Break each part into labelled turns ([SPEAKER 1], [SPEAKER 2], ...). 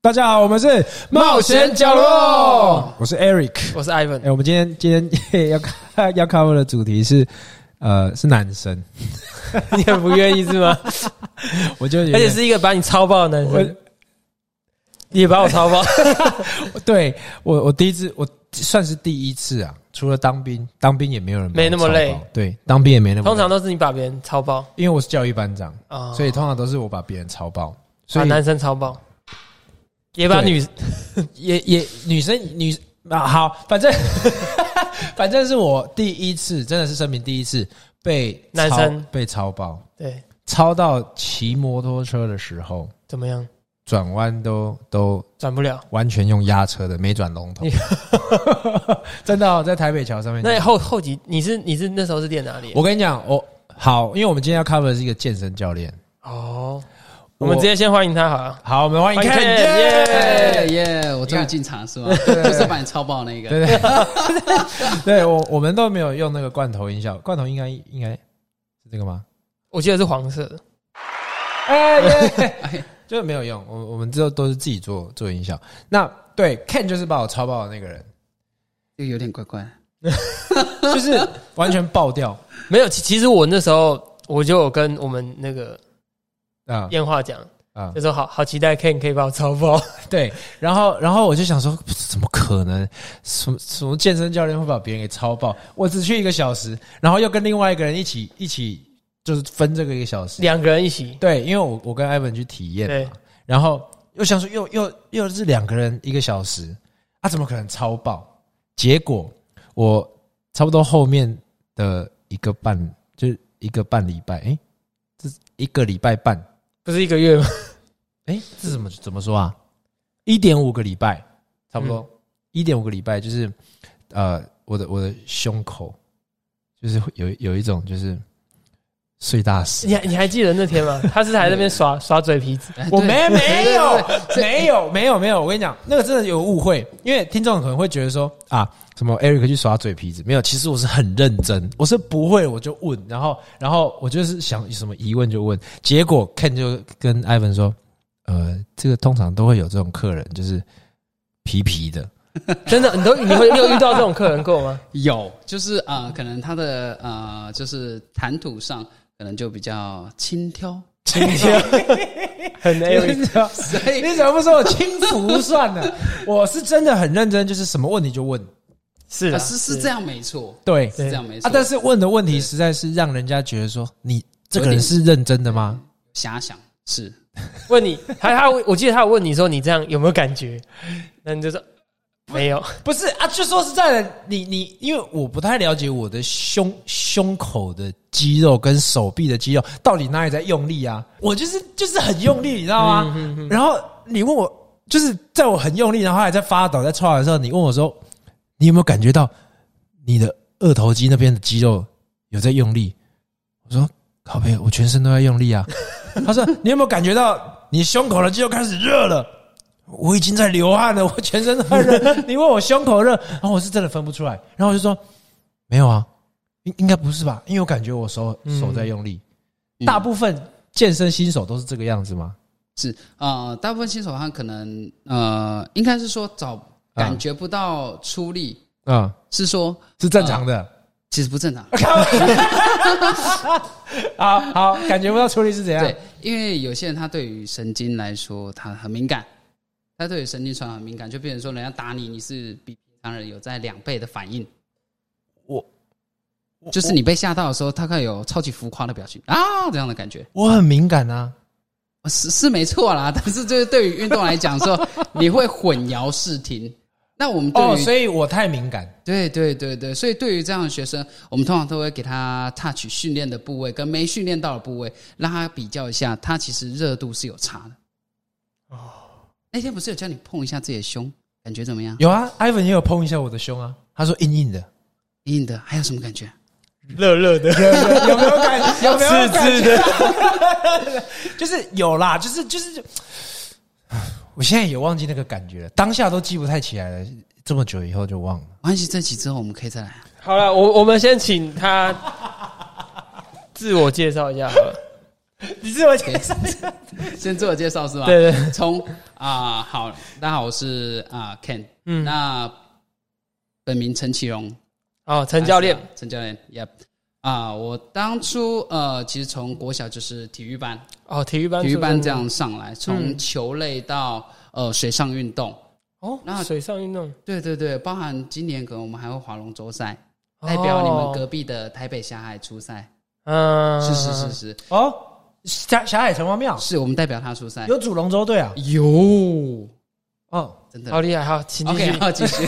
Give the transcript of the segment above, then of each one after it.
[SPEAKER 1] 大家好，我们是
[SPEAKER 2] 冒险角落，
[SPEAKER 1] 我是 Eric。
[SPEAKER 2] 我是 Ivan，
[SPEAKER 1] 哎、我们今天今天要 要 cover 的主题是，呃，是男生，
[SPEAKER 2] 你很不愿意是吗？
[SPEAKER 1] 我就有
[SPEAKER 2] 而且
[SPEAKER 1] 点
[SPEAKER 2] 是一个把你超爆的男生
[SPEAKER 1] 我，
[SPEAKER 2] 你也把我超爆，
[SPEAKER 1] 对我我第一次我算是第一次啊，除了当兵，当兵也没有人
[SPEAKER 2] 没那么
[SPEAKER 1] 帮我
[SPEAKER 2] 累
[SPEAKER 1] 操劳，对，当兵也没那么累，
[SPEAKER 2] 通常都是你把别人超爆
[SPEAKER 1] 因为我是教育班长，
[SPEAKER 2] 啊，
[SPEAKER 1] 所以通常都是我把别人操爆，所
[SPEAKER 2] 把
[SPEAKER 1] 以
[SPEAKER 2] 男生超爆，也把女
[SPEAKER 1] 也也女生女啊好，反正 反正是我第一次，真的是声明第一次被操
[SPEAKER 2] 男生
[SPEAKER 1] 被操爆，
[SPEAKER 2] 对
[SPEAKER 1] 操到骑摩托车的时候，
[SPEAKER 2] 怎么样
[SPEAKER 1] 转弯都都
[SPEAKER 2] 转不了？
[SPEAKER 1] 完全用压车的，没转龙头， 真的、哦、在台北桥上面。
[SPEAKER 2] 那后后几你是你是那时候是练哪里？啊
[SPEAKER 1] 我跟你讲，我好，因为我们今天要 cover 的是一个健身教练，
[SPEAKER 2] 哦，
[SPEAKER 1] 我
[SPEAKER 2] 我们直接先欢迎他好了。
[SPEAKER 1] 好，我们欢迎
[SPEAKER 2] 欢迎
[SPEAKER 1] Ken，
[SPEAKER 2] Ken，耶
[SPEAKER 3] 哎
[SPEAKER 1] 耶
[SPEAKER 2] 对
[SPEAKER 3] 耶！我终于进场是吗？就是把你超爆那个，
[SPEAKER 1] 对对对，我我们都没有用那个罐头音效，罐头应该应该是这个吗？
[SPEAKER 2] 我记得是黄色的，
[SPEAKER 1] 哎耶， 就是没有用，我我们之后都是自己做做音效。那对 Ken 就是把我超爆的那个人，
[SPEAKER 3] 又有点怪怪。
[SPEAKER 1] 就是完全爆掉
[SPEAKER 2] 没有。其其实我那时候我就有跟我们那个
[SPEAKER 1] 啊
[SPEAKER 2] 燕话讲，
[SPEAKER 1] 啊
[SPEAKER 2] 就！说好好期待 Ken 可以把我超 爆。
[SPEAKER 1] 对，然后然后我就想说，怎么可能？什么什么健身教练会把别人给超爆？我只去一个小时，然后又跟另外一个人一起一起，就是分这个一个小时。
[SPEAKER 2] 两个人一起，
[SPEAKER 1] 对，因为我我跟艾文去体验
[SPEAKER 2] 对
[SPEAKER 1] 嘛，然后又想说又又又是两个人一个小时，啊，怎么可能超爆？结果我差不多后面的一个半，就是一个半礼拜，诶，这一个礼拜半，
[SPEAKER 2] 不是一个月吗？
[SPEAKER 1] 诶，哎这怎么怎么说啊？一点五个礼拜，差不多一点五个礼拜，就是呃，我的我的胸口就是会有有一种就是碎大石
[SPEAKER 2] 你，还你还记得那天吗？他是还在那边耍耍嘴皮子，
[SPEAKER 3] 哎
[SPEAKER 1] 我
[SPEAKER 3] 对
[SPEAKER 1] 没没有
[SPEAKER 3] 对对对
[SPEAKER 1] 没有没有没有，我跟你讲，那个真的有误会，因为听众可能会觉得说啊，什么 Eric 去耍嘴皮子，没有，其实我是很认真，我是不会我就问，然后然后我就是想有什么疑问就问，结果 Ken 就跟 Ivan 说，呃，这个通常都会有这种客人，就是皮皮 的，
[SPEAKER 2] 真的，你都你会你有遇到这种客人过吗？
[SPEAKER 3] 有，就是啊，呃可能他的啊，呃就是谈吐上可能就比较轻佻，
[SPEAKER 2] 很 Eric
[SPEAKER 1] 你怎 么
[SPEAKER 3] 所以
[SPEAKER 1] 啊你怎么不说我轻浮算呢？我是真的很认真，就是什么问题就问，
[SPEAKER 2] 是啊
[SPEAKER 3] 啊是是这，样没错，
[SPEAKER 1] 对，
[SPEAKER 3] 是这样没错
[SPEAKER 1] 啊，。但是问的问题
[SPEAKER 3] 对
[SPEAKER 1] 实在是让人家觉得说，你这个
[SPEAKER 3] 有
[SPEAKER 1] 人
[SPEAKER 3] 点
[SPEAKER 1] 是认真的吗？
[SPEAKER 3] 遐想是
[SPEAKER 2] 问你，他他我记得他有问你说你这样有没有感觉？那你就说没有，
[SPEAKER 1] 不是啊，就说实在的，你你，因为我不太了解我的胸胸口的肌肉跟手臂的肌肉到底哪里在用力啊，我就是就是很用力，你知道吗？然后你问我，就是在我很用力，然后还在发抖在搓的时候，你问我说，你有没有感觉到你的二头肌那边的肌肉有在用力？我说，靠朋我全身都在用力啊。他说，你有没有感觉到你胸口的肌肉开始热了？我已经在流汗了，我全身都在热。你问我胸口热，然后我是真的分不出来。然后我就说，没有啊，应应该不是吧？因为我感觉我手
[SPEAKER 2] 嗯
[SPEAKER 1] 手在用力。
[SPEAKER 3] 嗯
[SPEAKER 1] 大部分健身新手都是这个样子吗？
[SPEAKER 3] 是啊，大部分新手他可能呃，应该是说找感觉不到出力，
[SPEAKER 1] 啊、
[SPEAKER 3] 是说
[SPEAKER 1] 是正常的。
[SPEAKER 3] 其实不正常。
[SPEAKER 1] 啊好好，感觉不到处理是怎样
[SPEAKER 3] 对？，因为有些人他对于神经来说，他很敏感，他对于神经传导很敏感，就变成说人家打你，你是比平常人有在两倍的反应。
[SPEAKER 1] 我哦
[SPEAKER 3] 就是你被吓到的时候，大概有超级浮夸的表情啊，这样的感觉哦
[SPEAKER 1] 我很敏感啊。
[SPEAKER 3] 是是没错啦。但是就是对于运动来讲说，你会混淆视听。那我们对于、
[SPEAKER 1] 哦，所以我太敏感。
[SPEAKER 3] 对对对对，所以对于这样的学生，我们通常都会给他 touch 训练的部位跟没训练到的部位，让他比较一下，他其实热度是有差的。哦，
[SPEAKER 2] 哦
[SPEAKER 3] 那天不是有叫你碰一下自己的胸，感觉怎么样？
[SPEAKER 1] 有啊，Ivan 也有碰一下我的胸啊。他说硬硬的，
[SPEAKER 3] 硬硬的，还有什么感觉？
[SPEAKER 2] 热热的，
[SPEAKER 1] 有没有感？ 有没有感
[SPEAKER 2] 刺刺
[SPEAKER 1] 觉？
[SPEAKER 2] 的，
[SPEAKER 1] 就是有啦，就是就是，我现在也忘记那个感觉了，当下都记不太起来了，这么久以后就忘了。
[SPEAKER 3] 没关系，这期之后我们可以再来。啊
[SPEAKER 2] 好了，我我们先请他自我介绍一下好了。 你自我介绍，
[SPEAKER 3] 先自我介绍是吧？
[SPEAKER 2] 对对，
[SPEAKER 3] 从啊、好，大家好，我是啊、Ken，
[SPEAKER 2] 嗯，
[SPEAKER 3] 那本名陈启荣，
[SPEAKER 2] 哦，陈教练
[SPEAKER 3] 啊，是啊陈教练，Yep，啊、我当初呃，其实从国小就是体育班，
[SPEAKER 2] 哦，体育班，
[SPEAKER 3] 体育班这，样上来，从球类到呃水上运动，
[SPEAKER 2] 哦，
[SPEAKER 3] 那
[SPEAKER 2] 水上运动
[SPEAKER 3] 对对对，包含今年可能我们还会划龙舟赛，代表你们隔，壁的台北霞海出赛，
[SPEAKER 2] 哦嗯，
[SPEAKER 3] 是是是是，
[SPEAKER 1] 哦，霞霞海城隍庙
[SPEAKER 3] 是我们代表他出赛，
[SPEAKER 1] 有主龙舟队啊，
[SPEAKER 3] 有
[SPEAKER 1] 哦，
[SPEAKER 3] 真
[SPEAKER 2] 好
[SPEAKER 3] 的。
[SPEAKER 2] 厉害，好，请继
[SPEAKER 3] OK，
[SPEAKER 2] 续，
[SPEAKER 3] 好，继续。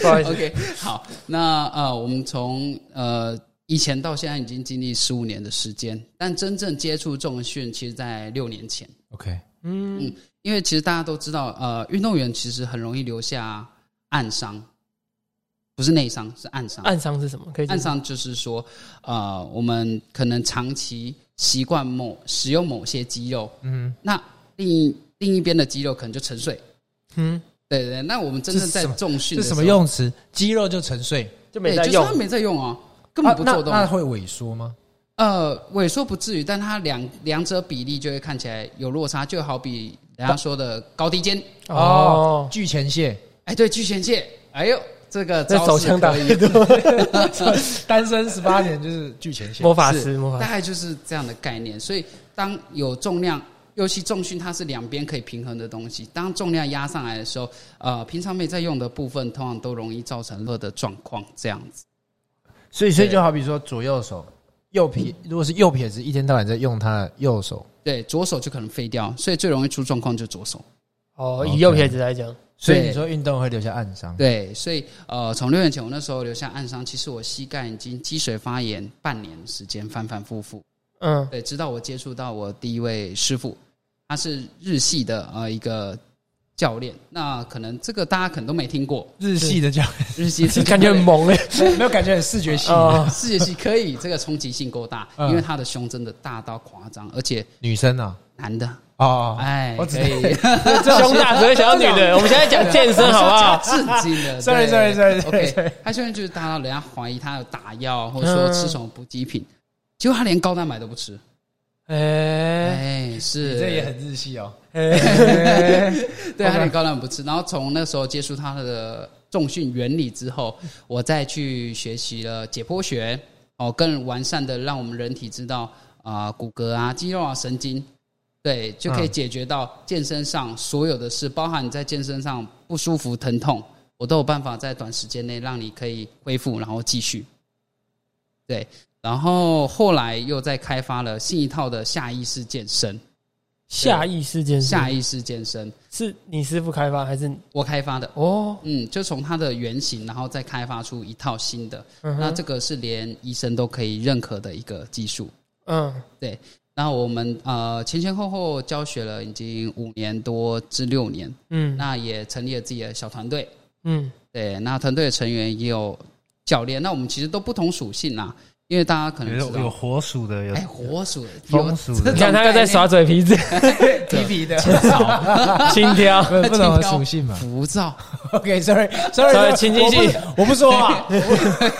[SPEAKER 2] 不好意思，
[SPEAKER 3] OK，好，那呃，我们从呃以前到现在已经经历十五年的时间，但真正接触重训，其实在六年前。
[SPEAKER 1] OK，
[SPEAKER 2] 嗯，
[SPEAKER 3] 因为其实大家都知道，呃，运动员其实很容易留下暗伤，不是内伤，是暗伤。
[SPEAKER 2] 暗伤是什么？可以解
[SPEAKER 3] 暗
[SPEAKER 2] 释
[SPEAKER 3] 伤就是说，呃，我们可能长期习惯某使用某些肌肉，
[SPEAKER 1] 嗯，
[SPEAKER 3] 那另一另一边的肌肉可能就沉睡。
[SPEAKER 2] 嗯，
[SPEAKER 3] 对对对，那我们真正
[SPEAKER 1] 这是
[SPEAKER 3] 在
[SPEAKER 1] 什么
[SPEAKER 3] 重训
[SPEAKER 1] 这是
[SPEAKER 3] 的
[SPEAKER 1] 什
[SPEAKER 3] 时候
[SPEAKER 1] 么？用词？肌肉就沉睡，
[SPEAKER 2] 就没
[SPEAKER 3] 对，
[SPEAKER 2] 在
[SPEAKER 3] 就是
[SPEAKER 2] 用
[SPEAKER 3] 他，没在用哦，根本不做动。
[SPEAKER 1] 啊那那会萎缩吗？
[SPEAKER 3] 呃，萎缩不至于，但它两两者比例就会看起来有落差，就好比人家说的高低肩。
[SPEAKER 2] 哦，
[SPEAKER 1] 巨前 蟹，
[SPEAKER 3] 哎，对，巨前蟹，哎呦，这个
[SPEAKER 2] 这
[SPEAKER 3] 招
[SPEAKER 2] 手
[SPEAKER 3] 式
[SPEAKER 2] 枪打
[SPEAKER 3] 可以，
[SPEAKER 1] 单身十八年就是巨前蟹。
[SPEAKER 2] 魔法
[SPEAKER 3] 是
[SPEAKER 2] 师，魔
[SPEAKER 3] 大
[SPEAKER 2] 法师，
[SPEAKER 3] 概就是这样的概念。所以，当有重量，尤其重训，它是两边可以平衡的东西。当重量压上来的时候，呃，平常没在用的部分，通常都容易造成热的状况，这样子。
[SPEAKER 1] 所以，所以就
[SPEAKER 3] 对
[SPEAKER 1] 好比说左右手，右撇，如果是右撇子，一天到晚在用他的右手，
[SPEAKER 3] 对，左手就可能废掉，所以最容易出状况就左手。
[SPEAKER 2] 哦，
[SPEAKER 1] OK
[SPEAKER 2] 以右撇子来讲，
[SPEAKER 1] 所以
[SPEAKER 3] 对
[SPEAKER 1] 你说运动会留下暗伤。
[SPEAKER 3] 对，所以呃，从六年前我那时候留下暗伤，其实我膝盖已经积水发炎半年时间，反反复复。
[SPEAKER 2] 嗯，
[SPEAKER 3] 对，直到我接触到我第一位师傅，他是日系的呃一个教练，那可能这个大家可能都没听过，
[SPEAKER 1] 日系的这样，
[SPEAKER 3] 日系
[SPEAKER 2] 是感觉很猛 哎，
[SPEAKER 1] 没有感觉很视觉系。
[SPEAKER 2] 哦，
[SPEAKER 3] 视觉系可以，这个冲击性够大，
[SPEAKER 1] 嗯
[SPEAKER 3] 因为他的胸真的大到夸张，而且
[SPEAKER 1] 女生啊，
[SPEAKER 3] 男的，
[SPEAKER 1] 哦，
[SPEAKER 3] 哎，
[SPEAKER 1] 我
[SPEAKER 3] 可
[SPEAKER 1] 只
[SPEAKER 3] 以，
[SPEAKER 2] 胸大只会想要女的，我们现在讲健身好不 好？
[SPEAKER 3] 正经的
[SPEAKER 1] Sorry, sorry,
[SPEAKER 3] 对
[SPEAKER 1] sorry, sorry. 嗯
[SPEAKER 3] OK，他现在就是大到人家怀疑他有打药，或者说吃什么补给品，结果他连高蛋白都不吃。
[SPEAKER 2] 哎，
[SPEAKER 3] 哎，
[SPEAKER 1] 嗯你
[SPEAKER 3] 是，
[SPEAKER 1] 这也很日系哦。
[SPEAKER 3] 对，他连高蛋白不吃。然后从那时候接触他的重训原理之后，我再去学习了解剖学，哦，更完善的让我们人体知道啊、骨骼啊、肌肉啊、神经。对，就可以
[SPEAKER 1] 嗯
[SPEAKER 3] 解决到健身上所有的事，包含你在健身上不舒服、疼痛，我都有办法在短时间内让你可以恢复，然后继续。对，然后后来又再开发了新一套的下意识健身，
[SPEAKER 2] 下意识健身，
[SPEAKER 3] 下意识健身
[SPEAKER 2] 是你师傅开发还是
[SPEAKER 3] 我开发的，
[SPEAKER 2] 哦？
[SPEAKER 3] 嗯，就从它的原型，然后再开发出一套新的。
[SPEAKER 2] 嗯
[SPEAKER 3] 那
[SPEAKER 2] 哼
[SPEAKER 3] 这个是连医生都可以认可的一个技术。
[SPEAKER 2] 嗯，
[SPEAKER 3] 那我们呃前前后后教学了已经五年多至六年，
[SPEAKER 2] 嗯
[SPEAKER 3] 那也成立了自己的小团队。
[SPEAKER 2] 嗯
[SPEAKER 3] 对，那团队的成员也有教练。那我们其实都不同属性啦，因为大家可能哎知道，
[SPEAKER 1] 火属的，有
[SPEAKER 3] 哎，火属、有
[SPEAKER 1] 风属
[SPEAKER 3] 这
[SPEAKER 1] 的
[SPEAKER 2] 你看
[SPEAKER 3] 种
[SPEAKER 2] 他又在耍嘴皮子，
[SPEAKER 1] 皮皮的，
[SPEAKER 2] 轻佻，
[SPEAKER 1] 不不同的属性嘛
[SPEAKER 3] 概念。 浮躁，
[SPEAKER 1] OK，sorry，sorry，
[SPEAKER 2] Sorry，情境戏
[SPEAKER 1] 我不说话。
[SPEAKER 3] 没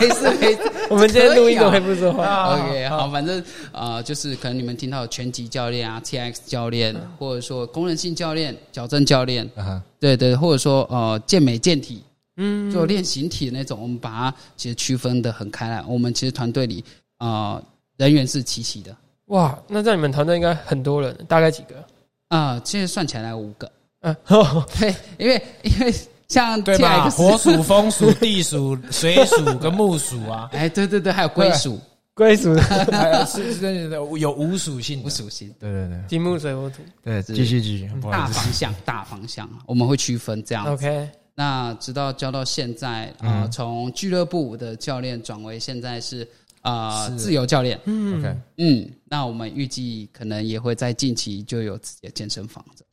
[SPEAKER 3] 事没事。
[SPEAKER 2] 我们今天录音
[SPEAKER 3] 可以啊
[SPEAKER 2] 都会不 说话。
[SPEAKER 3] OK，好，
[SPEAKER 1] 啊
[SPEAKER 3] 反正呃，就是可能你们听到的拳击教练啊、TX 教练，或者说功能性教练、矫正教练，
[SPEAKER 1] 啊哈
[SPEAKER 3] 对对，或者说呃健美健体，
[SPEAKER 2] 嗯，
[SPEAKER 3] 就练形体那种，我们把它其实区分的很开来。我们其实团队里呃人员是齐齐的，
[SPEAKER 2] 哇，那在你们团队应该很多人，大概几个？
[SPEAKER 3] 啊，其实算起来五个，
[SPEAKER 2] 嗯，
[SPEAKER 3] 对，因为因为像
[SPEAKER 1] 对吧？
[SPEAKER 3] TX
[SPEAKER 1] 火属、风属、地属、水属跟木属 啊，
[SPEAKER 3] 哎，对对对，还有归属
[SPEAKER 2] 归属
[SPEAKER 1] 还有是是真的有无属性的
[SPEAKER 3] 不。属性，
[SPEAKER 1] 对对对
[SPEAKER 2] 金木水火土。
[SPEAKER 1] 对，
[SPEAKER 3] 是
[SPEAKER 1] 继续继续，不好
[SPEAKER 3] 大
[SPEAKER 1] 意思。
[SPEAKER 3] 方向大方向，啊我们会区分这样子。
[SPEAKER 2] OK，
[SPEAKER 3] 那直到教到现在，
[SPEAKER 1] 嗯
[SPEAKER 3] 呃，从俱乐部的教练转为现在是呃
[SPEAKER 1] 是
[SPEAKER 3] 自由教练，
[SPEAKER 1] OK，
[SPEAKER 2] 嗯，
[SPEAKER 3] 嗯，那我们预计可能也会在近期就有自己的健身房的。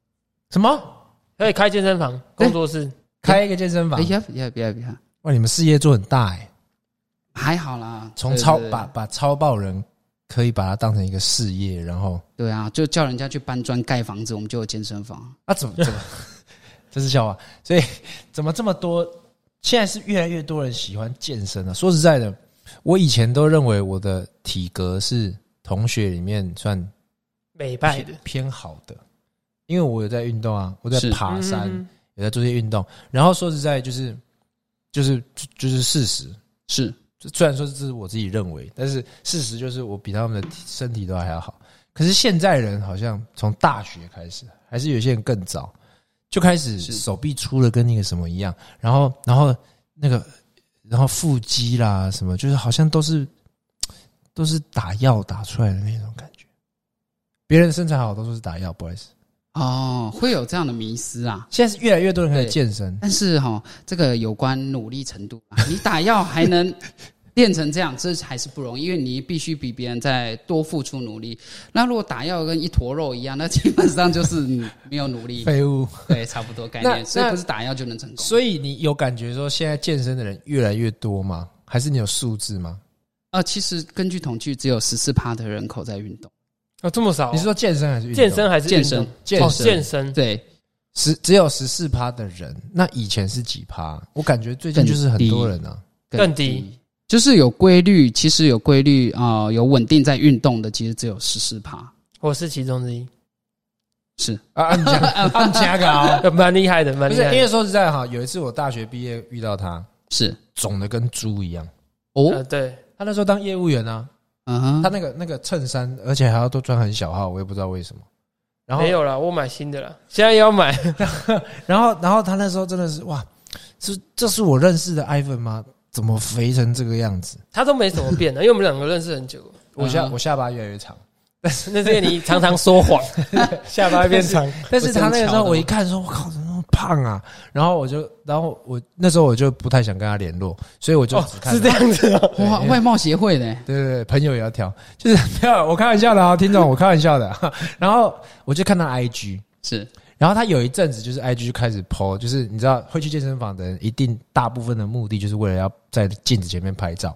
[SPEAKER 1] 什么？
[SPEAKER 2] 可以开健身房、工作室。
[SPEAKER 1] 开一个健身
[SPEAKER 3] 哎
[SPEAKER 1] 房？
[SPEAKER 3] 呀呀呀呀，
[SPEAKER 1] 哇，你们事业做很大哎，
[SPEAKER 3] 还好啦，
[SPEAKER 1] 从
[SPEAKER 3] 对
[SPEAKER 1] 超
[SPEAKER 3] 对
[SPEAKER 1] 把把超爆人可以把它当成一个事业，然后
[SPEAKER 3] 对啊，就叫人家去搬砖盖房子，我们就有健身房。
[SPEAKER 1] 啊，怎么怎么， 这是笑话。所以怎么这么多？现在是越来越多人喜欢健身了、啊说实在的，我以前都认为我的体格是同学里面算
[SPEAKER 2] 美拜的，
[SPEAKER 1] 偏好的，因为我有在运动啊，我在
[SPEAKER 3] 是
[SPEAKER 1] 爬山，
[SPEAKER 2] 嗯
[SPEAKER 1] 有在做一些运动。然后说实在，就是就是就就是事实，
[SPEAKER 3] 是
[SPEAKER 1] 虽然说这是我自己认为，但是事实就是我比他们的身体都还要好。可是现在人好像从大学开始，还是有些人更早就开始
[SPEAKER 3] 是
[SPEAKER 1] 手臂粗了跟那个什么一样，然后然后那个然后腹肌啦什么，就是好像都是都是打药打出来的那种感觉。别人身材好都说是打药，不好意思。
[SPEAKER 3] 哦，会有这样的迷失啊。
[SPEAKER 1] 现在是越来越多人开始
[SPEAKER 3] 对嗯
[SPEAKER 1] 健身，
[SPEAKER 3] 但是哈、这个有关努力程度啊， 你打药还能练成这样，这还是不容易，因为你必须比别人再多付出努力。那如果打药跟一坨肉一样，那基本上就是你没有努 力，
[SPEAKER 1] 废物。
[SPEAKER 3] 对，差不多概
[SPEAKER 1] 那
[SPEAKER 3] 念。所以
[SPEAKER 1] 那
[SPEAKER 3] 不是打药就能成功。
[SPEAKER 1] 所以你有感觉说现在健身的人越来越多吗？还是你有数字吗？
[SPEAKER 3] 呃，其实根据统计，只有十四趴的人口在运动，
[SPEAKER 2] 哦，这么少哦，
[SPEAKER 1] 你是说健身还是运动
[SPEAKER 2] 健身还是运
[SPEAKER 3] 健
[SPEAKER 2] 动
[SPEAKER 3] 身，
[SPEAKER 1] 健
[SPEAKER 2] 哦
[SPEAKER 1] 身
[SPEAKER 2] 健身，
[SPEAKER 3] 对，
[SPEAKER 1] 十只有十四趴的人，那以前是几趴？我感觉最近就是很多人啊，
[SPEAKER 2] 更低，
[SPEAKER 3] 就是有规律，其实有规律啊、呃有稳定在运动的，其实只有十四趴。
[SPEAKER 2] 我是其中之一，
[SPEAKER 3] 是
[SPEAKER 1] 啊，按加按加高，
[SPEAKER 2] 呃 蛮厉害的，
[SPEAKER 1] 哦
[SPEAKER 2] 蛮
[SPEAKER 1] 不
[SPEAKER 2] 厉
[SPEAKER 1] 是
[SPEAKER 2] 害的。
[SPEAKER 1] 因为说实在哈，有一次我大学毕业遇到他，
[SPEAKER 3] 是
[SPEAKER 1] 肿的跟猪一样。
[SPEAKER 2] 呃
[SPEAKER 3] 哦，
[SPEAKER 2] 对，
[SPEAKER 1] 他那时候当业务员啊，
[SPEAKER 3] 嗯
[SPEAKER 1] 他
[SPEAKER 3] 哼，
[SPEAKER 1] 那个那个衬衫，而且还要都穿很小号，我也不知道为什么。然后
[SPEAKER 2] 没有了，我买新的了，现在也要买，
[SPEAKER 1] 然后，然后他那时候真的是哇，这这是我认识的 Ivan 吗？怎么肥成这个样子？
[SPEAKER 2] 他都没怎么变啊的，因为我们两个认识很久，
[SPEAKER 1] 我下、
[SPEAKER 3] 嗯
[SPEAKER 1] 我下巴越来越长，
[SPEAKER 2] 那是因为你常常 说谎，下巴变长，
[SPEAKER 1] 但是他那个时
[SPEAKER 3] 不是很巧的
[SPEAKER 1] 候
[SPEAKER 3] 吗
[SPEAKER 1] 我一看说，我靠，怎么那么胖啊？然后我就，然后我那时候我就不太想跟他联络，所以我就
[SPEAKER 2] 哦
[SPEAKER 1] 只，看、
[SPEAKER 2] 是这，样子哦，
[SPEAKER 1] 对
[SPEAKER 3] 哇，
[SPEAKER 1] 因为
[SPEAKER 3] 外貌协会呢？
[SPEAKER 1] 对对对，朋友也要挑，就是没有，我开玩笑的啊，听众，我开玩笑的。啊 然后我就看他 IG，
[SPEAKER 3] 是
[SPEAKER 1] 然后他有一阵子就是 IG 就开始 PO，就是你知道会去健身房的人，一定大部分的目的就是为了要在镜子前面拍照。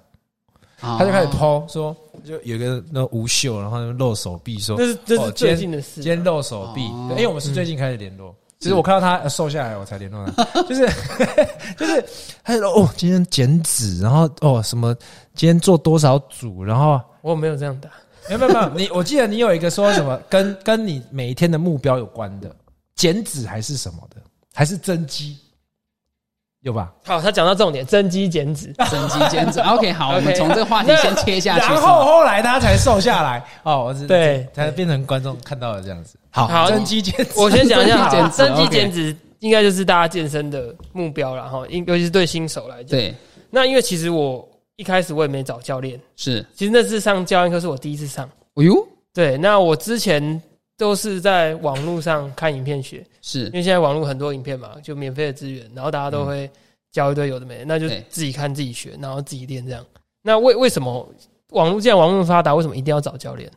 [SPEAKER 3] 他
[SPEAKER 1] 他就开始抛说，就有一个那无袖，然后就露手臂说，
[SPEAKER 2] 那是这
[SPEAKER 1] 哦
[SPEAKER 2] 是最近的事
[SPEAKER 1] 今，天露手臂，
[SPEAKER 3] 哦
[SPEAKER 1] 对因为我们是最近开始联络。其实我看到他呃瘦下来，我才联络他， 就是就是他就说哦，今天减脂，然后哦什么，今天做多少组，然后
[SPEAKER 2] 我没有这样打，
[SPEAKER 1] 没有没有没有，你我记得你有一个说什么 跟跟你每一天的目标有关的，减脂还是什么的，还是增肌，有吧？
[SPEAKER 2] 好，他讲到重点，增肌减脂，
[SPEAKER 3] 整肌减脂。OK，好，我
[SPEAKER 2] OK，
[SPEAKER 3] 们从这个话题先切下去。
[SPEAKER 1] 然
[SPEAKER 3] 是
[SPEAKER 1] 后
[SPEAKER 3] 吧
[SPEAKER 1] 后来他才瘦下来哦，我是
[SPEAKER 2] 对
[SPEAKER 1] 才变成观众看到了这样子。好，
[SPEAKER 2] 好
[SPEAKER 1] 增肌减脂，
[SPEAKER 2] 我先讲一下好了，
[SPEAKER 3] 增
[SPEAKER 2] 增
[SPEAKER 3] 肌
[SPEAKER 2] 肌
[SPEAKER 3] 减
[SPEAKER 2] 减脂应该就是大家健身的目标了哈，尤尤其是对新手来讲。
[SPEAKER 3] 对，
[SPEAKER 2] 那因为其实我一开始我也没找教练，
[SPEAKER 3] 是，
[SPEAKER 2] 其实那次上教练课是我第一次上。
[SPEAKER 3] 哎呦，
[SPEAKER 2] 对，那我之前都是在网络上看影片学，
[SPEAKER 3] 是
[SPEAKER 2] 因为现在网络很多影片嘛，就免费的资源，然后大家都会教一堆有的没的，那就
[SPEAKER 3] 嗯对
[SPEAKER 2] 自己看自己学，然后自己练这样。那为为什么网络既然网络发达，为什么一定要找教练？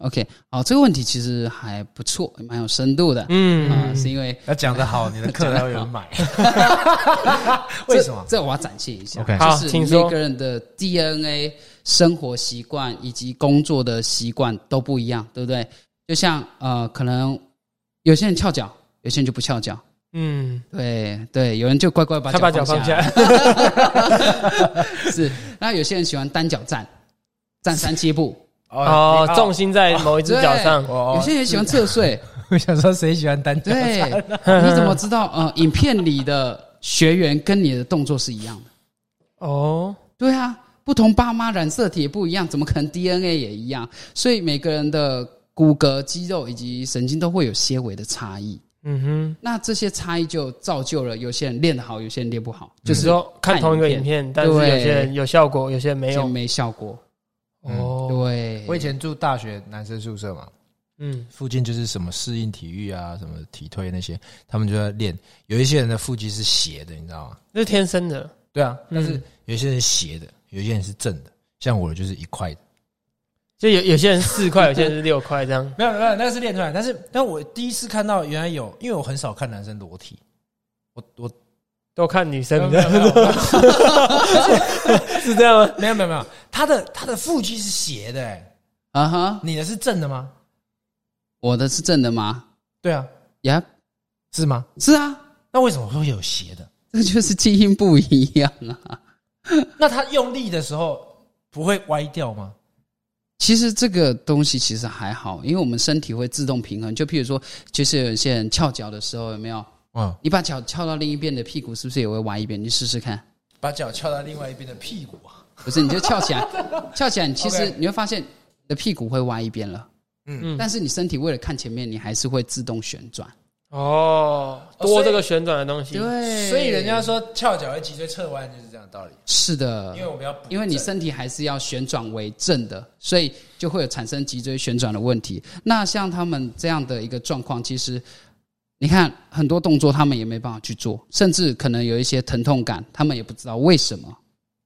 [SPEAKER 3] OK。好，这个问题其实还不错，蛮有深度的。
[SPEAKER 2] 嗯，
[SPEAKER 3] 啊，是因为
[SPEAKER 1] 要讲的好，你的课才会有人买。
[SPEAKER 3] 这
[SPEAKER 1] 为什么？
[SPEAKER 3] 这我要展现一下。
[SPEAKER 1] OK
[SPEAKER 2] 好
[SPEAKER 3] 就是
[SPEAKER 2] 请说
[SPEAKER 3] 每个人的 DNA、生活习惯以及工作的习惯都不一样，对不对？就像呃，可能有些人翘脚，有些人就不翘脚。
[SPEAKER 2] 嗯，
[SPEAKER 3] 对对，有人就乖乖把
[SPEAKER 2] 他把脚
[SPEAKER 3] 放
[SPEAKER 2] 放下，来，
[SPEAKER 3] 是。那有些人喜欢单脚站，站三七步。
[SPEAKER 2] 哦，
[SPEAKER 1] 你
[SPEAKER 2] 重。心在某一只脚上。
[SPEAKER 1] 哦
[SPEAKER 3] 有些人喜欢侧睡。
[SPEAKER 1] 我想说，谁喜欢单脚？
[SPEAKER 3] 对，
[SPEAKER 2] 哦
[SPEAKER 3] 你 怎么知道？呃，影片里的学员跟你的动作是一样的。
[SPEAKER 2] 哦，
[SPEAKER 3] 对啊，不同爸妈染色体也不一样，怎么可能 DNA 也一样？所以每个人的骨骼、肌肉以及神经都会有些微的差异。
[SPEAKER 2] 嗯
[SPEAKER 3] 那这些差异就造就了有些人练得好，有些人练不好，
[SPEAKER 1] 嗯
[SPEAKER 2] 哼，就
[SPEAKER 3] 就是是
[SPEAKER 2] 说看同一个影片，但
[SPEAKER 3] 看
[SPEAKER 2] 是
[SPEAKER 3] 影片
[SPEAKER 2] 有
[SPEAKER 3] 对
[SPEAKER 2] 些人有效果，有些人没
[SPEAKER 3] 就
[SPEAKER 2] 有。
[SPEAKER 3] 没效果。
[SPEAKER 2] 哦，
[SPEAKER 3] 嗯对，
[SPEAKER 1] 哎我以前住大学男生宿舍嘛，
[SPEAKER 2] 嗯，
[SPEAKER 1] 附近就是什么适应体育啊，什么体推那些，他们就在练。有一些人的腹肌是斜的，你知道吗？
[SPEAKER 2] 这是天生的。
[SPEAKER 1] 对啊，但是
[SPEAKER 2] 嗯
[SPEAKER 1] 有一些人斜的，有一些人是正的，像我就是一块的。
[SPEAKER 2] 就有有些人四块，有些人是六块，这样
[SPEAKER 1] 没有没有，那是练出来。但是，但我第一次看到原来有，因为我很少看男生裸体，我我
[SPEAKER 2] 都看女
[SPEAKER 1] 没有
[SPEAKER 2] 生
[SPEAKER 1] 没有
[SPEAKER 2] 的，
[SPEAKER 1] 没有
[SPEAKER 2] 是这样吗？
[SPEAKER 1] 没有没有没有，他的他的腹肌是斜的、欸，
[SPEAKER 3] 啊哈，
[SPEAKER 1] 你的是正的吗？
[SPEAKER 3] 我的是正的吗？
[SPEAKER 1] 对啊，
[SPEAKER 3] 呀、
[SPEAKER 1] 是吗？
[SPEAKER 3] 是啊，
[SPEAKER 1] 那为什么会有斜的？
[SPEAKER 3] 这就是基因不一样啊。
[SPEAKER 1] 那他用力的时候不会歪掉吗？
[SPEAKER 3] 其实这个东西其实还好，因为我们身体会自动平衡。就譬如说，就是有一些人翘脚的时候，有没有？
[SPEAKER 1] 嗯，
[SPEAKER 3] 你把脚翘到另一边的屁股，是不是也会歪一边？你试试看，
[SPEAKER 1] 把脚翘到另外一边的屁股啊，
[SPEAKER 3] 不是你就翘起来，翘起来，你其实
[SPEAKER 1] OK
[SPEAKER 3] 你会发现你的屁股会歪一边了。
[SPEAKER 1] 嗯
[SPEAKER 2] 嗯
[SPEAKER 3] 但是你身体为了看前面，你还是会自动旋转。
[SPEAKER 2] 哦，
[SPEAKER 1] 哦所
[SPEAKER 2] 多
[SPEAKER 1] 以
[SPEAKER 2] 这个旋转的东西，
[SPEAKER 3] 对
[SPEAKER 1] 所以人家说翘脚会脊椎侧弯就是这样的道理，
[SPEAKER 3] 是的
[SPEAKER 1] 因，为我们要补
[SPEAKER 3] 因为你
[SPEAKER 1] 正
[SPEAKER 3] 身体还是要旋转为正的，所以就会有产生脊椎旋转的问题。那像他们这样的一个状况，其实你看很多动作他们也没办法去做，甚至可能有一些疼痛感，他们也不知道为什么。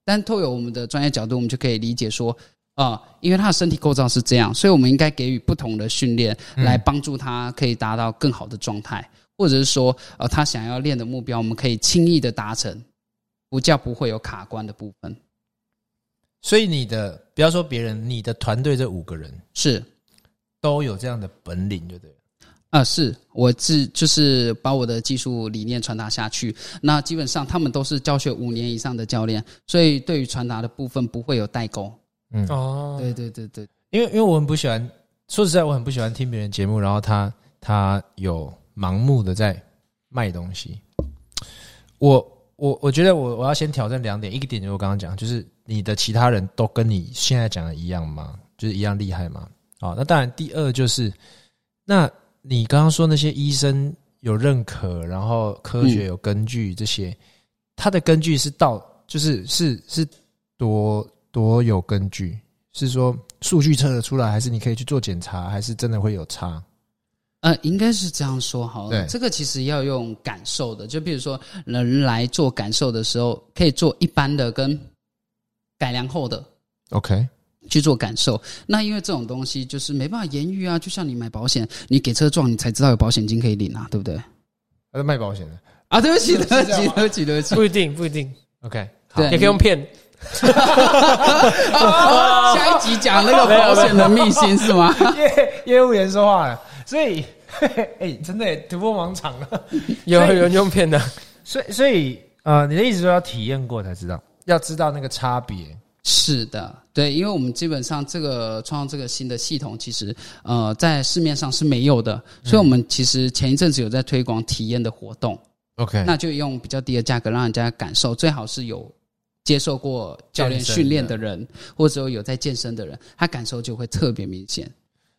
[SPEAKER 3] 但透过我们的专业角度，我们就可以理解说，啊、因为他的身体构造是这样，所以我们应该给予不同的训练来帮助他可以达到更好的状态，或者是说，呃，他想要练的目标，我们可以轻易的达成，不叫不会有卡关的部分。
[SPEAKER 1] 所以你的不要说别人，你的团队这五个人
[SPEAKER 3] 是，
[SPEAKER 1] 都有这样的本领，就对了。
[SPEAKER 3] 啊，是我自就是把我的技术理念传达下去。那基本上他们都是教学五年以上的教练，所以对于传达的部分不会有代沟。
[SPEAKER 1] 嗯，
[SPEAKER 2] 哦，
[SPEAKER 3] 对对对对，
[SPEAKER 1] 因为因为我很不喜欢，说实在，我很不喜欢听别人节目，然后他他有盲目的在卖东西。我我我觉得我我要先挑战两点，一个点就是我刚刚讲，就是你的其他人都跟你现在讲的一样吗？就是一样厉害吗？好，那当然，第二就是，那你刚刚说那些医生有认可，然后科学有根据这些，他的根据是到就是是是多多有根据，是说数据测得出来，还是你可以去做检查，还是真的会有差？
[SPEAKER 3] 呃，应该是这样说好了。
[SPEAKER 1] 对
[SPEAKER 3] 这个其实要用感受的，就比如说人来做感受的时候，可以做一般的跟改良后的。
[SPEAKER 1] OK，
[SPEAKER 3] 去做感受，那因为这种东西就是没办法言喻啊，就像你买保险，你给车撞，你才知道有保险金可以领啊，对不对？
[SPEAKER 1] 他是呃卖保险的。
[SPEAKER 3] 啊，对不起，
[SPEAKER 1] 是
[SPEAKER 3] 对
[SPEAKER 1] 这样吗
[SPEAKER 3] 不起，对不起，对不起，
[SPEAKER 2] 不一定，不一定，
[SPEAKER 1] OK，好
[SPEAKER 3] 对，
[SPEAKER 2] 也可以用骗。
[SPEAKER 3] 下一集讲那个保险的秘辛是 吗？
[SPEAKER 1] 业业务员说话了，所以哎、真的耶突破盲场了。
[SPEAKER 2] 有
[SPEAKER 1] 所以
[SPEAKER 2] 有人用骗的，
[SPEAKER 1] 所以所以呃，你的意思说要体验过才知道，要知道那个差别。
[SPEAKER 3] 是的，对，因为我们基本上这个创造这个新的系统，其实呃在市面上是没有的，所以我们其实前一阵子有在推广体验的活动，
[SPEAKER 1] OK，
[SPEAKER 3] 那就用比较低的价格让人家感受，最好是有接受过教练
[SPEAKER 1] 健身
[SPEAKER 3] 训练的人，或者有在健身的人，他感受就会特别明显。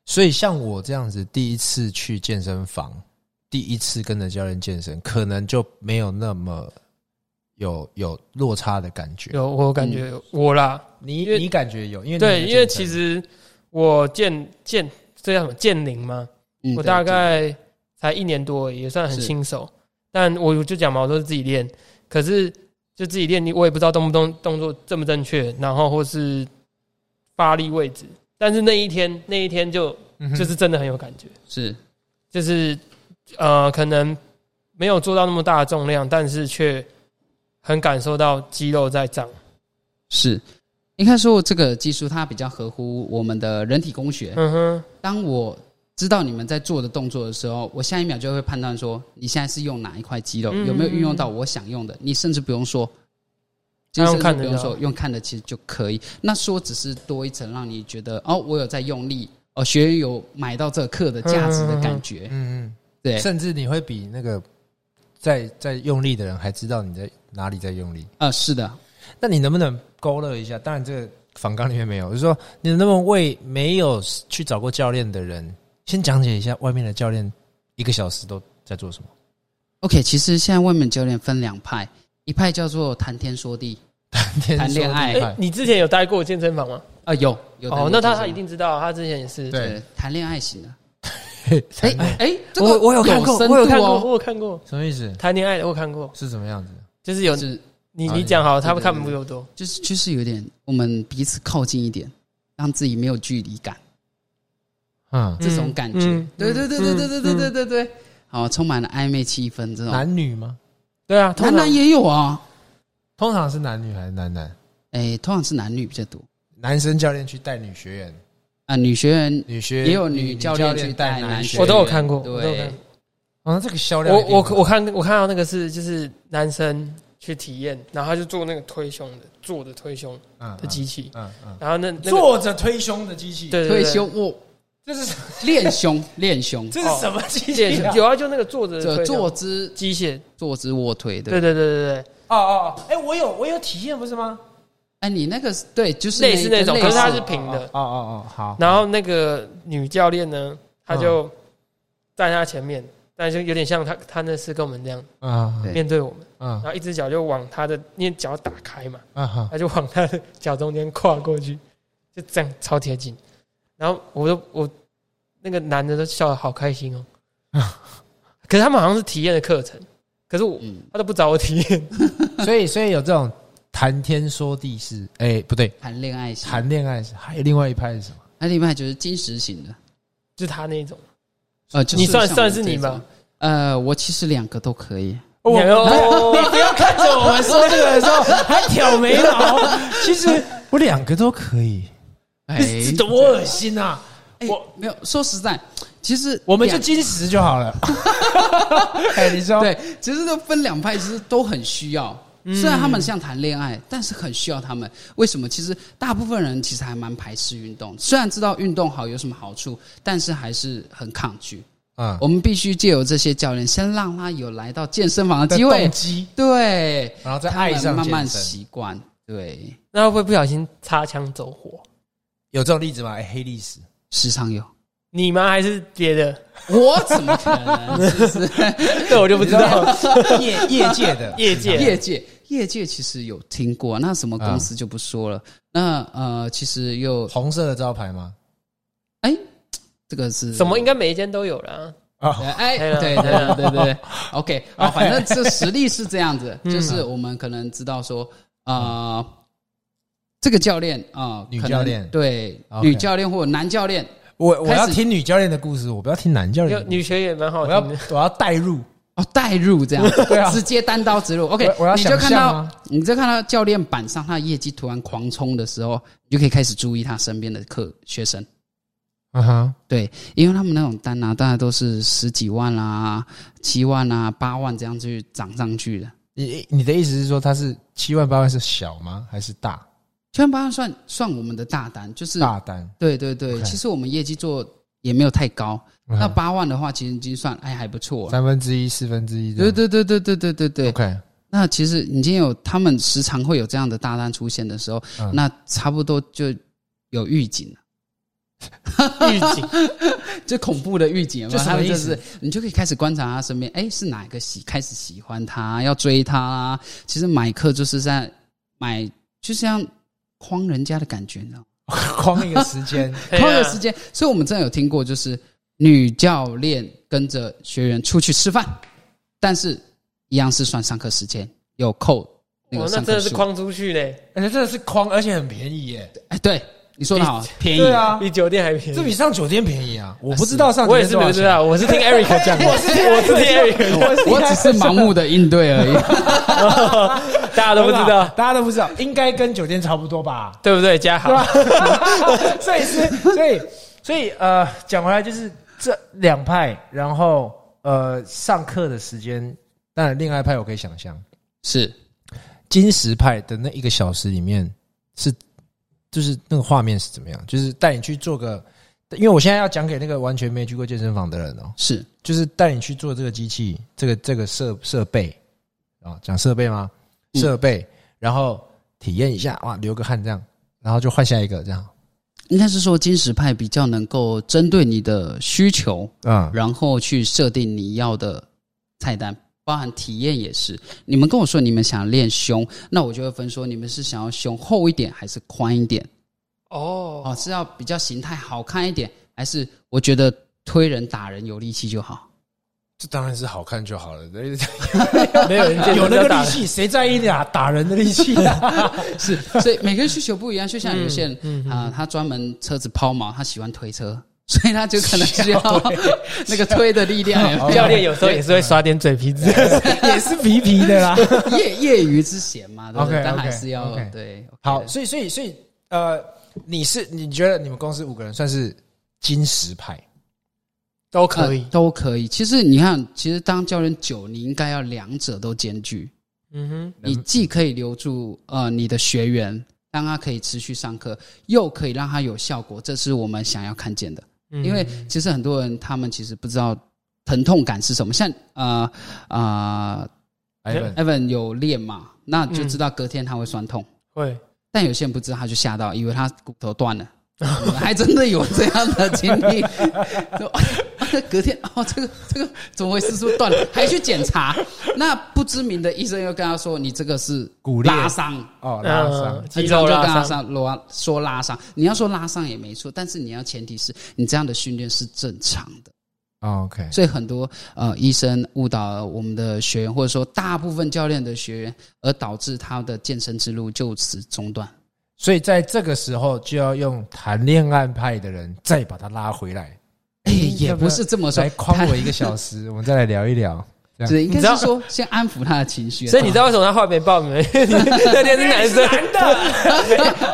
[SPEAKER 1] 所以像我这样子，第一次去健身房，第一次跟着教练健身，可能就没有那么有有落差的感觉。
[SPEAKER 2] 有我感觉有我啦，
[SPEAKER 1] 你
[SPEAKER 2] 因为
[SPEAKER 1] 你感觉有，因为你有
[SPEAKER 2] 对，因为
[SPEAKER 1] 健身
[SPEAKER 2] 其实我建建这叫什么建龄吗？
[SPEAKER 3] 嗯，
[SPEAKER 2] 我
[SPEAKER 3] 对
[SPEAKER 2] 大概才一年多而已，也算很
[SPEAKER 3] 是
[SPEAKER 2] 新手。但我就讲嘛，我都是自己练，可是就自己练，你我也不知道动不动动作正不正确，然后或是发力位置。但是那一天，那一天就
[SPEAKER 1] 嗯哼
[SPEAKER 2] 就是真的很有感觉，
[SPEAKER 3] 是
[SPEAKER 2] 就是呃，可能没有做到那么大的重量，但是却很感受到肌肉在长。
[SPEAKER 3] 是，应该说这个技术它比较合乎我们的人体工学，
[SPEAKER 2] 嗯哼，
[SPEAKER 3] 当我知道你们在做的动作的时候，我下一秒就会判断说你现在是用哪一块肌肉，
[SPEAKER 2] 嗯
[SPEAKER 3] 有没有运用到我想用的。你甚至不用说，
[SPEAKER 2] 那用
[SPEAKER 3] 甚至
[SPEAKER 2] 看的
[SPEAKER 3] 不
[SPEAKER 2] 就
[SPEAKER 3] 用
[SPEAKER 2] 好
[SPEAKER 3] 说，用看的其实就可以。那说只是多一层，让你觉得哦，我有在用力，哦，学员有买到这个课的价值的感觉。
[SPEAKER 1] 嗯
[SPEAKER 3] 对
[SPEAKER 1] 嗯，，甚至你会比那个在在用力的人还知道你在哪里在用力。
[SPEAKER 3] 呃，是的，
[SPEAKER 1] 那你能不能勾勒一下？当然，这个访纲里面没有，就是说你能不能为没有去找过教练的人，先讲解一下外面的教练一个小时都在做什么？
[SPEAKER 3] OK，其实现在外面教练分两派，一派叫做谈天说地，谈 恋爱
[SPEAKER 2] 哎、你之前有待过健身房吗？
[SPEAKER 3] 啊、有有
[SPEAKER 2] 哦，那他他一
[SPEAKER 3] 定。
[SPEAKER 2] 定知道，他之前也是。
[SPEAKER 1] 对
[SPEAKER 3] 对谈恋爱型的。
[SPEAKER 1] 哎
[SPEAKER 3] 哎
[SPEAKER 1] 哎，
[SPEAKER 3] 哎，这个
[SPEAKER 1] 我我有看过
[SPEAKER 3] 深
[SPEAKER 2] 我有看
[SPEAKER 3] 度
[SPEAKER 2] 过，
[SPEAKER 3] 哦
[SPEAKER 2] 我有看过
[SPEAKER 1] 什么意思？
[SPEAKER 2] 谈恋爱的，我有看过，
[SPEAKER 1] 是什么样子？
[SPEAKER 2] 就是有
[SPEAKER 3] 就是
[SPEAKER 2] 你
[SPEAKER 1] 啊
[SPEAKER 2] 你
[SPEAKER 1] 你
[SPEAKER 2] 讲好，他
[SPEAKER 3] 对对
[SPEAKER 2] 看
[SPEAKER 3] 对
[SPEAKER 2] 不够多。
[SPEAKER 3] 就是就是有点，我们彼此靠近一点，让自己没有距离感，
[SPEAKER 1] 嗯，
[SPEAKER 3] 这种感觉
[SPEAKER 2] 嗯。
[SPEAKER 3] 对对对对对对对对
[SPEAKER 2] 嗯
[SPEAKER 3] 对对，好，充满了暧昧气氛，这种
[SPEAKER 1] 男女吗？
[SPEAKER 2] 对啊，通
[SPEAKER 3] 男
[SPEAKER 2] 常
[SPEAKER 3] 男也有啊。
[SPEAKER 1] 通常是男女还是男男？
[SPEAKER 3] 哎，通常是男女比较多
[SPEAKER 1] 男生教练去带女学员，
[SPEAKER 3] 啊，女学员
[SPEAKER 1] 女学
[SPEAKER 3] 也有女教练去带
[SPEAKER 1] 带
[SPEAKER 3] 男
[SPEAKER 1] 学
[SPEAKER 3] 学
[SPEAKER 1] 员
[SPEAKER 2] 我
[SPEAKER 3] 员。
[SPEAKER 2] 都有看过我都有
[SPEAKER 3] 对
[SPEAKER 2] 看，
[SPEAKER 1] 啊，这个销量
[SPEAKER 2] 我
[SPEAKER 1] 一定
[SPEAKER 2] 我
[SPEAKER 1] 很
[SPEAKER 2] 我看我看到那个是就是男生去体验，然后他就做那个推胸的，坐着推胸
[SPEAKER 1] 嗯
[SPEAKER 2] 的机器，
[SPEAKER 1] 嗯嗯，
[SPEAKER 2] 然后那、那个、
[SPEAKER 1] 坐着推胸的机器，，
[SPEAKER 2] 对
[SPEAKER 3] 推，
[SPEAKER 2] 对对
[SPEAKER 3] 胸我
[SPEAKER 1] 这是
[SPEAKER 3] 练 胸练胸，
[SPEAKER 1] 这是什么机 器
[SPEAKER 2] 对
[SPEAKER 1] 啊？
[SPEAKER 2] 有啊，就那个坐着的
[SPEAKER 3] 这
[SPEAKER 2] 推胸
[SPEAKER 3] 坐姿
[SPEAKER 2] 机械，
[SPEAKER 3] 坐姿卧推
[SPEAKER 2] 对
[SPEAKER 3] 的。
[SPEAKER 2] 对对对对，
[SPEAKER 1] 哦哦，哦，哎，我有我有体验不是吗？
[SPEAKER 3] 哎，你那个是对，就是
[SPEAKER 2] 类似那种
[SPEAKER 3] 类
[SPEAKER 2] 可是它
[SPEAKER 3] 似
[SPEAKER 2] 是平的
[SPEAKER 1] 哦哦哦，哦好，
[SPEAKER 2] 然后那个女教练呢，她
[SPEAKER 3] 嗯
[SPEAKER 2] 就站在他前面，但就有点像她她那次跟我们这样
[SPEAKER 1] 嗯
[SPEAKER 3] 对
[SPEAKER 2] 面对我们，
[SPEAKER 1] 嗯
[SPEAKER 2] 然后一只脚就往她的，因为脚打开嘛，
[SPEAKER 1] 嗯好，
[SPEAKER 2] 她就往她的脚中间跨过去，就这样超贴近，然后我都我那个男的都笑得好开心 哦，可是他们好像是体验的课程，可是我
[SPEAKER 3] 嗯
[SPEAKER 2] 他都不找我体验，
[SPEAKER 1] 嗯所以所以有这种谈天说地是，哎，不对，
[SPEAKER 3] 谈恋爱型，
[SPEAKER 1] 谈恋爱是，还有另外一派是什么？
[SPEAKER 3] 那另外就是金石型的，
[SPEAKER 2] 就他那种，
[SPEAKER 3] 呃，就是
[SPEAKER 2] 你算
[SPEAKER 3] 像我
[SPEAKER 2] 算是
[SPEAKER 3] 这
[SPEAKER 2] 你吧
[SPEAKER 3] 种？呃，我其实两个都 可以。
[SPEAKER 1] 我
[SPEAKER 2] 然
[SPEAKER 3] 哦
[SPEAKER 2] 后
[SPEAKER 1] 你不要看着我们说这个的时 候还挑眉毛， 其实我两个都可以，
[SPEAKER 3] 哎，
[SPEAKER 1] 这多恶心啊！
[SPEAKER 3] 哎
[SPEAKER 1] 我
[SPEAKER 3] 没有说实在，其实
[SPEAKER 1] 我们就
[SPEAKER 3] 两
[SPEAKER 1] 金石就好了。哎，你说，
[SPEAKER 3] 对，其实都分两派，其实都很需要。
[SPEAKER 1] 嗯
[SPEAKER 3] 虽然他们像谈恋爱，但是很需要他们。为什么？其实大部分人其实还蛮排斥运动，虽然知道运动好有什么好处，但是还是很抗拒。
[SPEAKER 1] 嗯，
[SPEAKER 3] 我们必须借由这些教练，先让他有来到健身房的
[SPEAKER 1] 的
[SPEAKER 3] 机会
[SPEAKER 1] 动，机，
[SPEAKER 3] 对，
[SPEAKER 1] 然后再
[SPEAKER 3] 他
[SPEAKER 1] 爱
[SPEAKER 3] 们
[SPEAKER 1] 上
[SPEAKER 3] 慢慢
[SPEAKER 1] 健身
[SPEAKER 3] 习惯。对，
[SPEAKER 2] 那会不会不小心擦枪走火？
[SPEAKER 1] 有这种例子吗？哎，黑历史，
[SPEAKER 3] 时常有，
[SPEAKER 2] 你吗？还是别的？
[SPEAKER 3] 我怎么可 能？是不是？
[SPEAKER 2] 这我就不知道了。
[SPEAKER 1] 业业界的
[SPEAKER 2] 业界
[SPEAKER 3] 业界业界其实有听过，那什么公司就不说了。那呃，其实又
[SPEAKER 1] 红色的招牌吗？
[SPEAKER 3] 哎，这个是
[SPEAKER 2] 嗯什么？应该每一间都有啦。
[SPEAKER 1] 啊，
[SPEAKER 3] 呃？哎，
[SPEAKER 2] 对了
[SPEAKER 3] 对对
[SPEAKER 2] 对了
[SPEAKER 3] 对 对对，OK 啊，反正这实力是这样
[SPEAKER 1] 嗯
[SPEAKER 3] 子，就是我们可能知道说啊。呃这个教练啊，呃
[SPEAKER 1] 女
[SPEAKER 3] 可能
[SPEAKER 1] 教练
[SPEAKER 3] 对
[SPEAKER 1] OK
[SPEAKER 3] 女教练或者男教练，
[SPEAKER 1] 我我
[SPEAKER 3] 开
[SPEAKER 1] 要
[SPEAKER 3] 始
[SPEAKER 1] 听女教练的故事，我不要听男教练
[SPEAKER 2] 有
[SPEAKER 1] 的故事。
[SPEAKER 2] 女学员蛮好
[SPEAKER 1] 我要
[SPEAKER 2] 哦听的，
[SPEAKER 1] 我要代入，
[SPEAKER 3] 哦，带入这样，
[SPEAKER 1] 对啊
[SPEAKER 3] 直接单刀直入。OK，
[SPEAKER 1] 我我要
[SPEAKER 3] 你就
[SPEAKER 1] 想
[SPEAKER 3] 看
[SPEAKER 1] 象
[SPEAKER 3] 到
[SPEAKER 1] 啊，
[SPEAKER 3] 你就看到教练板上他的业绩突然狂冲的时候，你就可以开始注意他身边的课学生。
[SPEAKER 1] 嗯哼，
[SPEAKER 3] 对，因为他们那种单啊，大概都是十几万啦、七万啦、八万这样去涨上去的。
[SPEAKER 1] 你你的意思是说他是七万八万是小吗？还是大
[SPEAKER 3] 七万八万算算我们的大单，就是
[SPEAKER 1] 大单？
[SPEAKER 3] 对对对
[SPEAKER 1] OK
[SPEAKER 3] 其实我们业绩做也没有太高。
[SPEAKER 1] 嗯
[SPEAKER 3] 那八万的话，其实已经算哎还不错了。
[SPEAKER 1] 三分之一、四分之一这
[SPEAKER 3] 对
[SPEAKER 1] 样，
[SPEAKER 3] 对对对对对对对。
[SPEAKER 1] ，OK，
[SPEAKER 3] 那其实已经有他们时常会有这样的大单出现的时候，
[SPEAKER 1] 嗯
[SPEAKER 3] 那差不多就有预警了，
[SPEAKER 2] 预警
[SPEAKER 3] 就恐怖的预警有没有
[SPEAKER 1] 这什么
[SPEAKER 3] 他们就
[SPEAKER 1] 意思
[SPEAKER 3] 是你就可以开始观察他身边，哎，是哪一个喜开始喜欢他，要追他啊。其实买课就是在买，就像诓人家的感觉，你知道吗？
[SPEAKER 1] 框一个时 间，
[SPEAKER 2] 对啊
[SPEAKER 3] 诓的时间，所以我们真的有听过，就是女教练跟着学员出去吃饭，但是一样是算上课时间，有扣那
[SPEAKER 2] 哇
[SPEAKER 3] 个
[SPEAKER 1] 哦
[SPEAKER 2] 那真
[SPEAKER 3] 上课
[SPEAKER 2] 的是
[SPEAKER 3] 数。
[SPEAKER 2] 框出去嘞，
[SPEAKER 1] 而且真的是框，而且很便宜耶，
[SPEAKER 3] 哎，对，你说的好，便宜。
[SPEAKER 1] 对 啊，
[SPEAKER 2] 比酒店还便
[SPEAKER 1] 这比
[SPEAKER 2] 宜。
[SPEAKER 1] 上酒店便宜啊！我不知道上酒
[SPEAKER 2] 我也
[SPEAKER 1] 店
[SPEAKER 2] 是
[SPEAKER 1] 多少
[SPEAKER 2] 不
[SPEAKER 1] 钱
[SPEAKER 2] 知，道，我是 听 Eric 讲过，我是听 Eric，讲
[SPEAKER 1] 我
[SPEAKER 3] 我只是盲目的应对 而已。
[SPEAKER 2] 过大家都不知道，
[SPEAKER 1] 大家都不知道，应该跟酒店差不多吧？
[SPEAKER 2] 对不对？嘉
[SPEAKER 1] 对啊
[SPEAKER 2] 豪
[SPEAKER 1] 吧，？所以是，所以所以呃，讲回来就是这两派，然后呃，上课的时间，当然另外一派我可以想象，
[SPEAKER 3] 是
[SPEAKER 1] 金石派的那一个小时里面是，就是那个画面是怎么样？就是带你去做个，因为我现在要讲给那个完全没去过健身房的人哦、
[SPEAKER 3] 是，
[SPEAKER 1] 就是带你去做这个机器，这个这个设设备啊，讲设备吗？
[SPEAKER 3] 嗯
[SPEAKER 1] 设备，然后体验一下，哇，流个汗这样，然后就换下一个这样，
[SPEAKER 3] 应该是说金石派比较能够针对你的需求，
[SPEAKER 1] 嗯
[SPEAKER 3] 然后去设定你要的菜单，包含体验也是。你们跟我说你们想练胸，那我就会分说你们是想要胸厚一点还是宽一点？
[SPEAKER 2] 哦
[SPEAKER 3] 哦，是要比较形态好看一点，还是我觉得推人打人有力气就好？
[SPEAKER 1] 这当然是好看就好 了，
[SPEAKER 2] 没有人见
[SPEAKER 1] 有
[SPEAKER 2] 得
[SPEAKER 1] 那
[SPEAKER 2] 到
[SPEAKER 1] 个
[SPEAKER 2] 打
[SPEAKER 1] 力气，谁在意打打人的力气 啊？
[SPEAKER 3] 是，所以每个人需求不一样，就像有些人啊、
[SPEAKER 2] 嗯嗯
[SPEAKER 3] 他专门车子抛锚，他喜欢推车，所以他就可能需要 那个推的力量。有没有
[SPEAKER 2] 教练有时候也是会耍点嘴皮子，
[SPEAKER 1] 也是皮皮的啦。
[SPEAKER 3] 业业余之嫌嘛，对不对
[SPEAKER 1] OK，OK，
[SPEAKER 3] 但还是要
[SPEAKER 1] OK
[SPEAKER 3] 对。OK
[SPEAKER 1] 好，
[SPEAKER 3] 的
[SPEAKER 1] 所以所以所以呃，你是你觉得你们公司五个人算是金石派？
[SPEAKER 2] 都可以
[SPEAKER 3] 呃。都可以。其实你看，其实当教练久，你应该要两者都兼具。
[SPEAKER 2] 嗯哼，
[SPEAKER 1] 能
[SPEAKER 3] 你既可以留住呃你的学员，让他可以持续上课，又可以让他有效果，这是我们想要看见的。
[SPEAKER 2] 嗯
[SPEAKER 3] 因为其实很多人他们其实不知道疼痛感是什么，像呃呃
[SPEAKER 1] ，Ivan，
[SPEAKER 3] ，Evan 有练嘛，那就知道隔天他会酸痛，
[SPEAKER 2] 会
[SPEAKER 3] 但有些人不知道，他就吓到，以为他骨头断了。 我们还真的有这样的经历，就 哎隔天哦，这个这个怎么回事？是不是断了？还去检查，那不知名的医生又跟他说：“你这个是
[SPEAKER 1] 骨裂
[SPEAKER 3] 拉伤，
[SPEAKER 1] 哦，拉伤
[SPEAKER 2] 嗯，
[SPEAKER 3] 他
[SPEAKER 2] 肌
[SPEAKER 3] 就
[SPEAKER 2] 肉
[SPEAKER 3] 跟
[SPEAKER 2] 拉
[SPEAKER 3] 他
[SPEAKER 2] 伤，
[SPEAKER 3] 上拉说拉伤，你要说拉伤也没错，但是你要前提是你这样的训练是正常的。
[SPEAKER 1] 哦，OK，
[SPEAKER 3] 所以很多呃医生误导了我们的学员，或者说大部分教练的学员，而导致他的健身之路就此中断。
[SPEAKER 1] 所以在这个时候就要用谈恋爱派的人再把他拉回来，
[SPEAKER 3] 哎，
[SPEAKER 1] 要
[SPEAKER 3] 也
[SPEAKER 1] 不要
[SPEAKER 3] 不是这么说
[SPEAKER 1] 来，框我一个小 时，我们再来聊一聊。这样
[SPEAKER 3] 对，应
[SPEAKER 2] 你知道
[SPEAKER 3] 该是说先安抚他的情绪。啊
[SPEAKER 2] 所以你知道为什么他后来没报名？
[SPEAKER 1] 啊
[SPEAKER 2] 那天是 男生，